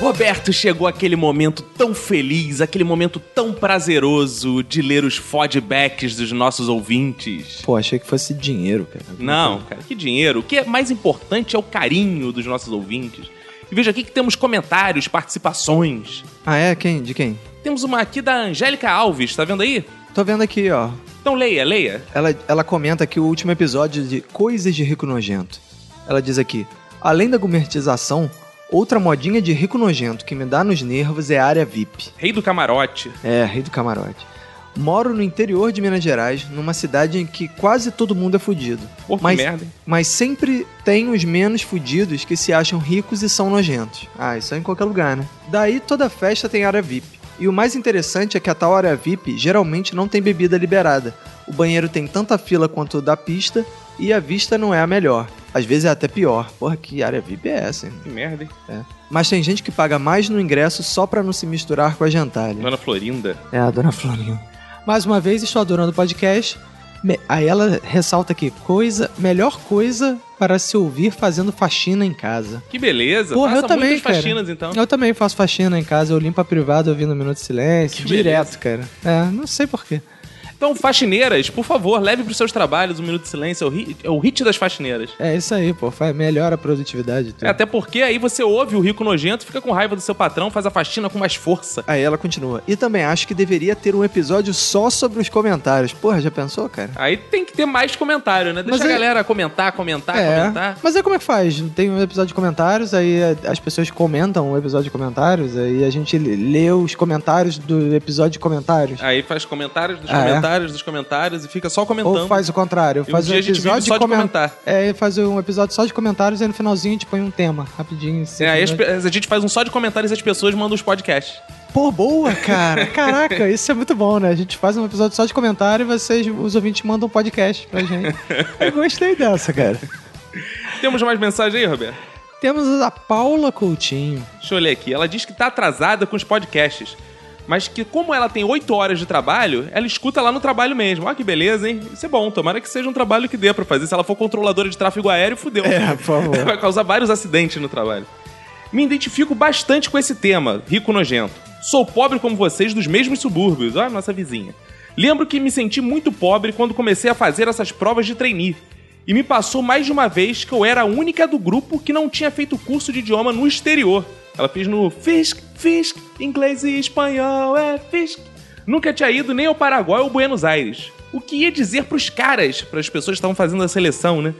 Speaker 1: Roberto, chegou aquele momento tão feliz, aquele momento tão prazeroso de ler os fodbacks dos nossos ouvintes.
Speaker 2: Pô, achei que fosse dinheiro, cara.
Speaker 1: Não, cara, que dinheiro. O que é mais importante é o carinho dos nossos ouvintes. E veja aqui que temos comentários, participações.
Speaker 2: Ah, é? Quem? De quem?
Speaker 1: Temos uma aqui da Angélica Alves, tá vendo aí?
Speaker 2: Tô vendo aqui, ó.
Speaker 1: Então leia, leia.
Speaker 2: Ela, ela comenta aqui o último episódio de Coisas de Rico Nojento. Ela diz aqui: além da gourmetização, outra modinha de rico nojento que me dá nos nervos é a área VIP.
Speaker 1: Rei do Camarote.
Speaker 2: É, rei do camarote. Moro no interior de Minas Gerais, numa cidade em que quase todo mundo é fudido.
Speaker 1: Pô, que
Speaker 2: Mas-
Speaker 1: merda. hein?
Speaker 2: Mas sempre tem os menos fudidos que se acham ricos e são nojentos. Ah, isso é em qualquer lugar, né? Daí toda festa tem área VIP. E o mais interessante é que a tal área VIP geralmente não tem bebida liberada. O banheiro tem tanta fila quanto o da pista e a vista não é a melhor. Às vezes é até pior. Porra, que área VIP é essa, hein? É.
Speaker 1: Que merda, hein?
Speaker 2: Mas tem gente que paga mais no ingresso só pra não se misturar com a gentalha.
Speaker 1: Dona Florinda.
Speaker 2: É, a dona Florinda. Mais uma vez, estou adorando o podcast. Me- Aí ela ressalta aqui, coisa, melhor coisa para se ouvir fazendo faxina em casa.
Speaker 1: Que beleza.
Speaker 2: Porra,
Speaker 1: Faça
Speaker 2: eu também,
Speaker 1: muitas
Speaker 2: cara.
Speaker 1: faxinas, então.
Speaker 2: Eu também faço faxina em casa, eu limpo a privada ouvindo Minuto de Silêncio,
Speaker 1: Que
Speaker 2: direto, cara. É, não sei porquê.
Speaker 1: Então, faxineiras, por favor, leve pros seus trabalhos o Minuto de Silêncio. É o hit, é o hit das faxineiras.
Speaker 2: É isso aí, pô, faz, melhora a produtividade. e tudo.
Speaker 1: É, Até porque aí você ouve o rico nojento, fica com raiva do seu patrão, faz a faxina com mais força.
Speaker 2: Aí ela continua. E também acho que deveria ter um episódio só sobre os comentários. Porra, já pensou, cara?
Speaker 1: Aí tem que ter mais comentário, né? Deixa
Speaker 2: Mas
Speaker 1: a
Speaker 2: é-
Speaker 1: galera comentar, comentar, comentar.
Speaker 2: Mas aí como é que faz? Tem um episódio de comentários, aí eh, as pessoas comentam o episódio de comentários, aí a gente lê- lê os comentários do episódio de comentários.
Speaker 1: Aí faz comentários dos
Speaker 2: Ah, é?
Speaker 1: comentários dos comentários e fica só comentando.
Speaker 2: Ou faz o contrário,
Speaker 1: E um
Speaker 2: faz um,
Speaker 1: dia a gente vive
Speaker 2: episódio
Speaker 1: só de
Speaker 2: comen-
Speaker 1: comentar.
Speaker 2: É, faz um episódio só de comentários e no finalzinho a gente põe um tema, rapidinho.
Speaker 1: É,
Speaker 2: Assim,
Speaker 1: aí as
Speaker 2: né?
Speaker 1: pe- a gente faz um só de comentários e as pessoas mandam os podcasts.
Speaker 2: Pô, boa, cara! Caraca, isso é muito bom, né? A gente faz um episódio só de comentário e vocês, os ouvintes, mandam um podcast pra gente. Eu gostei dessa, cara.
Speaker 1: Temos mais mensagem aí, Roberto?
Speaker 2: Temos a Paula Coutinho.
Speaker 1: Deixa eu ler aqui. Ela diz que tá atrasada com os podcasts. Mas que como ela tem oito horas de trabalho, ela escuta lá no trabalho mesmo. Olha que beleza, hein? Isso é bom. Tomara que seja um trabalho que dê pra fazer. Se ela for controladora de tráfego aéreo, fudeu. É, por favor. Vai causar vários acidentes no trabalho. Me identifico bastante com esse tema, rico nojento. Sou pobre como vocês dos mesmos subúrbios, olha a nossa vizinha. Lembro que me senti muito pobre quando comecei a fazer essas provas de trainee. E me passou mais de uma vez que eu era a única do grupo que não tinha feito curso de idioma no exterior. Ela fez no Fisk, Fisk, inglês e espanhol, é Fisk. Nunca tinha ido nem ao Paraguai ou Buenos Aires. O que ia dizer pros caras, pras pessoas que estavam fazendo a seleção, né?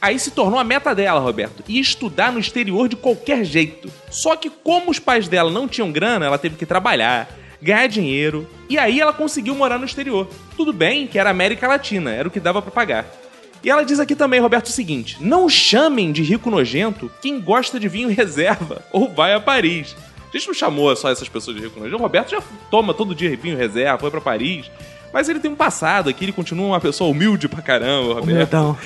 Speaker 1: Aí se tornou a meta dela, Roberto, e estudar no exterior de qualquer jeito. Só que como os pais dela não tinham grana, ela teve que trabalhar, ganhar dinheiro, e aí ela conseguiu morar no exterior. Tudo bem que era América Latina, era o que dava pra pagar. E ela diz aqui também, Roberto, o seguinte: não chamem de rico nojento quem gosta de vinho reserva ou vai a Paris. A gente não chamou só essas pessoas de Rico Nojo. O Roberto já toma todo dia vinho reserva, foi pra Paris. Mas ele tem um passado aqui, ele continua uma pessoa humilde pra caramba, Roberto.
Speaker 4: Humildão.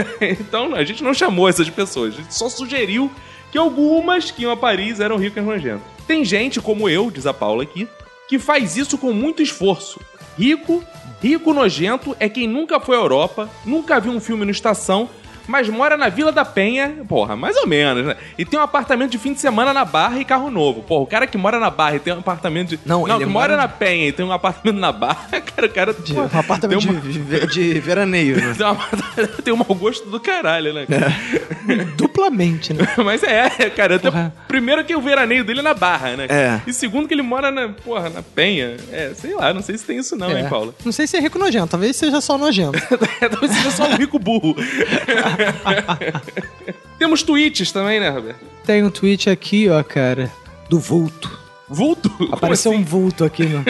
Speaker 1: então a gente não chamou essas pessoas, a gente só sugeriu que algumas que iam a Paris eram ricas nojentas. Tem gente, como eu, diz a Paula aqui, que faz isso com muito esforço. Rico, rico nojento é quem nunca foi à Europa, nunca viu um filme no estação, mas mora na Vila da Penha, porra, mais ou menos, né? E tem um apartamento de fim de semana na Barra e carro novo. Porra, o cara que mora na Barra e tem um apartamento de.
Speaker 10: Não, ele
Speaker 1: que
Speaker 10: mora
Speaker 1: mora
Speaker 10: na-
Speaker 1: na Penha e tem um apartamento na Barra, cara, o cara.
Speaker 10: De, um apartamento
Speaker 1: tem uma-
Speaker 10: de, de- de veraneio, né?
Speaker 1: Tem, uma- tem um mau gosto do caralho, né? cara?
Speaker 2: É.
Speaker 10: Duplamente, né?
Speaker 1: Mas é, cara. até-
Speaker 10: Porra.
Speaker 1: primeiro que o veraneio dele é na Barra, né?
Speaker 10: É.
Speaker 1: E segundo que ele mora na, porra, na Penha. É, sei lá, não sei se tem isso não, hein, Paula?
Speaker 2: Não sei se é rico nojento, talvez seja só nojento.
Speaker 1: Talvez seja só um rico burro. Temos tweets também, né, Roberto?
Speaker 2: Tem um tweet aqui, ó, cara, do vulto.
Speaker 1: Vulto? Como
Speaker 2: Apareceu
Speaker 1: assim?
Speaker 2: um vulto aqui, no.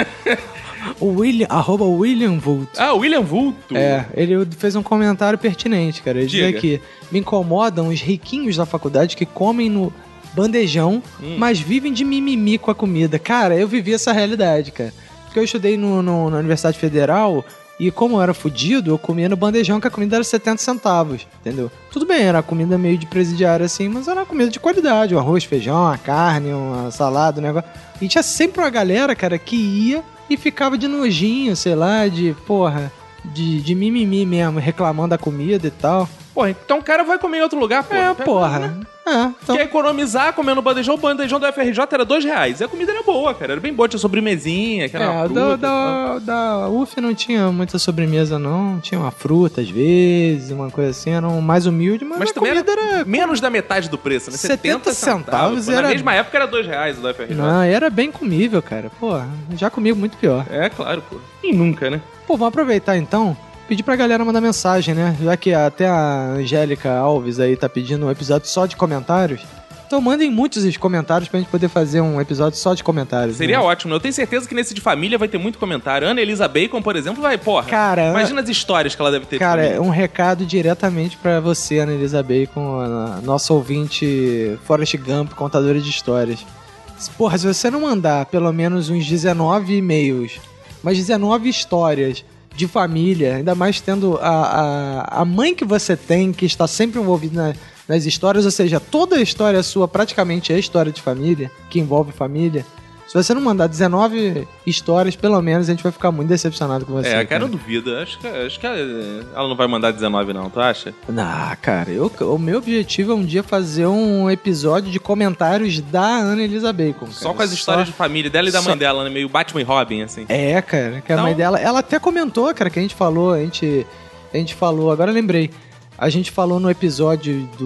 Speaker 2: O William, arroba William Vulto.
Speaker 1: Ah, William Vulto.
Speaker 2: É, ele fez um comentário pertinente, cara. Ele diz
Speaker 1: Diga.
Speaker 2: aqui: me incomodam os riquinhos da faculdade que comem no bandejão, mas vivem de mimimi com a comida. Cara, eu vivi essa realidade, cara. Porque eu estudei no, no- na Universidade Federal e, como eu era fudido, eu comia no bandejão que a comida era 70 centavos, entendeu? Tudo bem, era comida meio de presidiário assim, mas era uma comida de qualidade: o arroz, feijão, a carne, uma salada, um negócio. E tinha sempre uma galera, cara, que ia e ficava de nojinho, sei lá, de porra de, de mimimi mesmo, reclamando da comida e tal.
Speaker 1: Porra, então o cara vai comer em outro lugar, porra.
Speaker 2: É, porra. É, então.
Speaker 1: né? Quer economizar comendo bandejão? O bandejão do FRJ era dois reais. E a comida era boa, cara. Era bem boa, tinha sobremesinha, que era uma
Speaker 2: É,
Speaker 1: fruta tá?
Speaker 2: da,
Speaker 1: e tal.
Speaker 2: da, da UF não tinha muita sobremesa, não. Tinha uma fruta, às vezes, uma coisa assim. Era um mais humilde, mas,
Speaker 1: Mas
Speaker 2: a
Speaker 1: também
Speaker 2: comida era...
Speaker 1: Menos da metade do preço, né?
Speaker 2: 70 centavos
Speaker 1: pô.
Speaker 2: era-
Speaker 1: Na mesma época era dois reais o do FRJ.
Speaker 2: Não, era bem comível, cara. Pô, já comi muito pior.
Speaker 1: É, claro, pô. E nunca, né?
Speaker 2: Pô, vamos aproveitar então. Pedir pra galera mandar mensagem, né? Já que até a Angélica Alves aí tá pedindo um episódio só de comentários. Então mandem muitos comentários pra gente poder fazer um episódio só de comentários.
Speaker 1: Seria
Speaker 2: né?
Speaker 1: ótimo. Eu tenho certeza que nesse de família vai ter muito comentário. Ana Elisa Bacon, por exemplo, vai, porra.
Speaker 2: Cara,
Speaker 1: imagina as histórias que ela deve ter. de
Speaker 2: Cara,
Speaker 1: família.
Speaker 2: é um recado diretamente pra você, Ana Elisa Bacon, a- a nossa ouvinte Forrest Gump, contadora de histórias. Se- Porra, se você não mandar pelo menos uns 19 e-mails, mas 19 histórias de família, ainda mais tendo a, a, a mãe que você tem, que está sempre envolvida na- nas histórias, ou seja, toda a história sua praticamente é história de família, que envolve família. Se você não mandar 19 histórias, pelo menos a gente vai ficar muito decepcionado com você.
Speaker 1: É, cara,
Speaker 2: cara.
Speaker 1: eu duvido. Acho que, acho que ela não vai mandar 19, não, tu acha?
Speaker 2: Ah, cara, eu- o meu objetivo é um dia fazer um episódio de comentários da Ana Elisa Bacon. Cara.
Speaker 1: Só com as histórias de família dela e da
Speaker 2: só-
Speaker 1: mãe dela, né? Meio Batman e Robin, assim.
Speaker 2: É, cara, que a
Speaker 1: Então-
Speaker 2: mãe dela. Ela até comentou, cara, que a gente falou, a gente, a gente falou, agora eu lembrei. A gente falou no episódio do.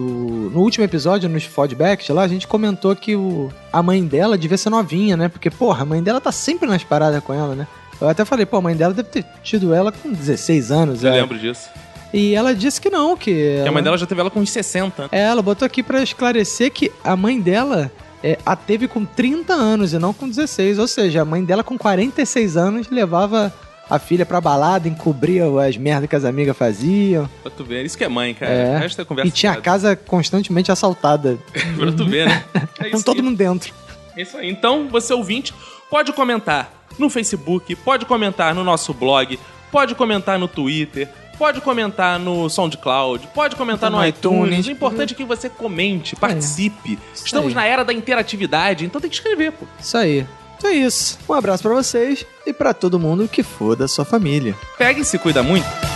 Speaker 2: No último episódio, nos Fodbacks lá, a gente comentou que o, a mãe dela devia ser novinha, né? Porque, porra, a mãe dela tá sempre nas paradas com ela, né? Eu até falei, pô, a mãe dela deve ter tido ela com 16 anos,
Speaker 1: Eu
Speaker 2: é.
Speaker 1: lembro disso.
Speaker 2: E ela disse que não, que.
Speaker 1: Que a
Speaker 2: ela-
Speaker 1: mãe dela já teve ela com uns 60. né?
Speaker 2: É, ela botou aqui pra esclarecer que a mãe dela é, a teve com 30 anos e não com 16. Ou seja, a mãe dela com 46 anos levava a filha pra balada, encobria as merdas que as amigas faziam.
Speaker 1: Pra tu ver. Isso que é mãe, cara.
Speaker 2: É.
Speaker 1: O resto da conversa.
Speaker 2: e tinha a
Speaker 1: fiada.
Speaker 2: casa constantemente assaltada,
Speaker 1: Pra tu ver, né? É
Speaker 2: com
Speaker 1: isso
Speaker 2: todo
Speaker 1: aí.
Speaker 2: mundo dentro.
Speaker 1: É isso aí. Então, você ouvinte, pode comentar no Facebook, pode comentar no nosso blog, pode comentar no Twitter, pode comentar no SoundCloud, pode comentar no,
Speaker 2: No
Speaker 1: iTunes.
Speaker 2: iTunes.
Speaker 1: O importante é que você comente, participe. Estamos
Speaker 2: aí.
Speaker 1: na era da interatividade, então tem que escrever, pô.
Speaker 2: Isso aí.
Speaker 10: Então é isso. Um abraço pra vocês e pra todo mundo que foda a sua família.
Speaker 1: Pega e se cuida muito.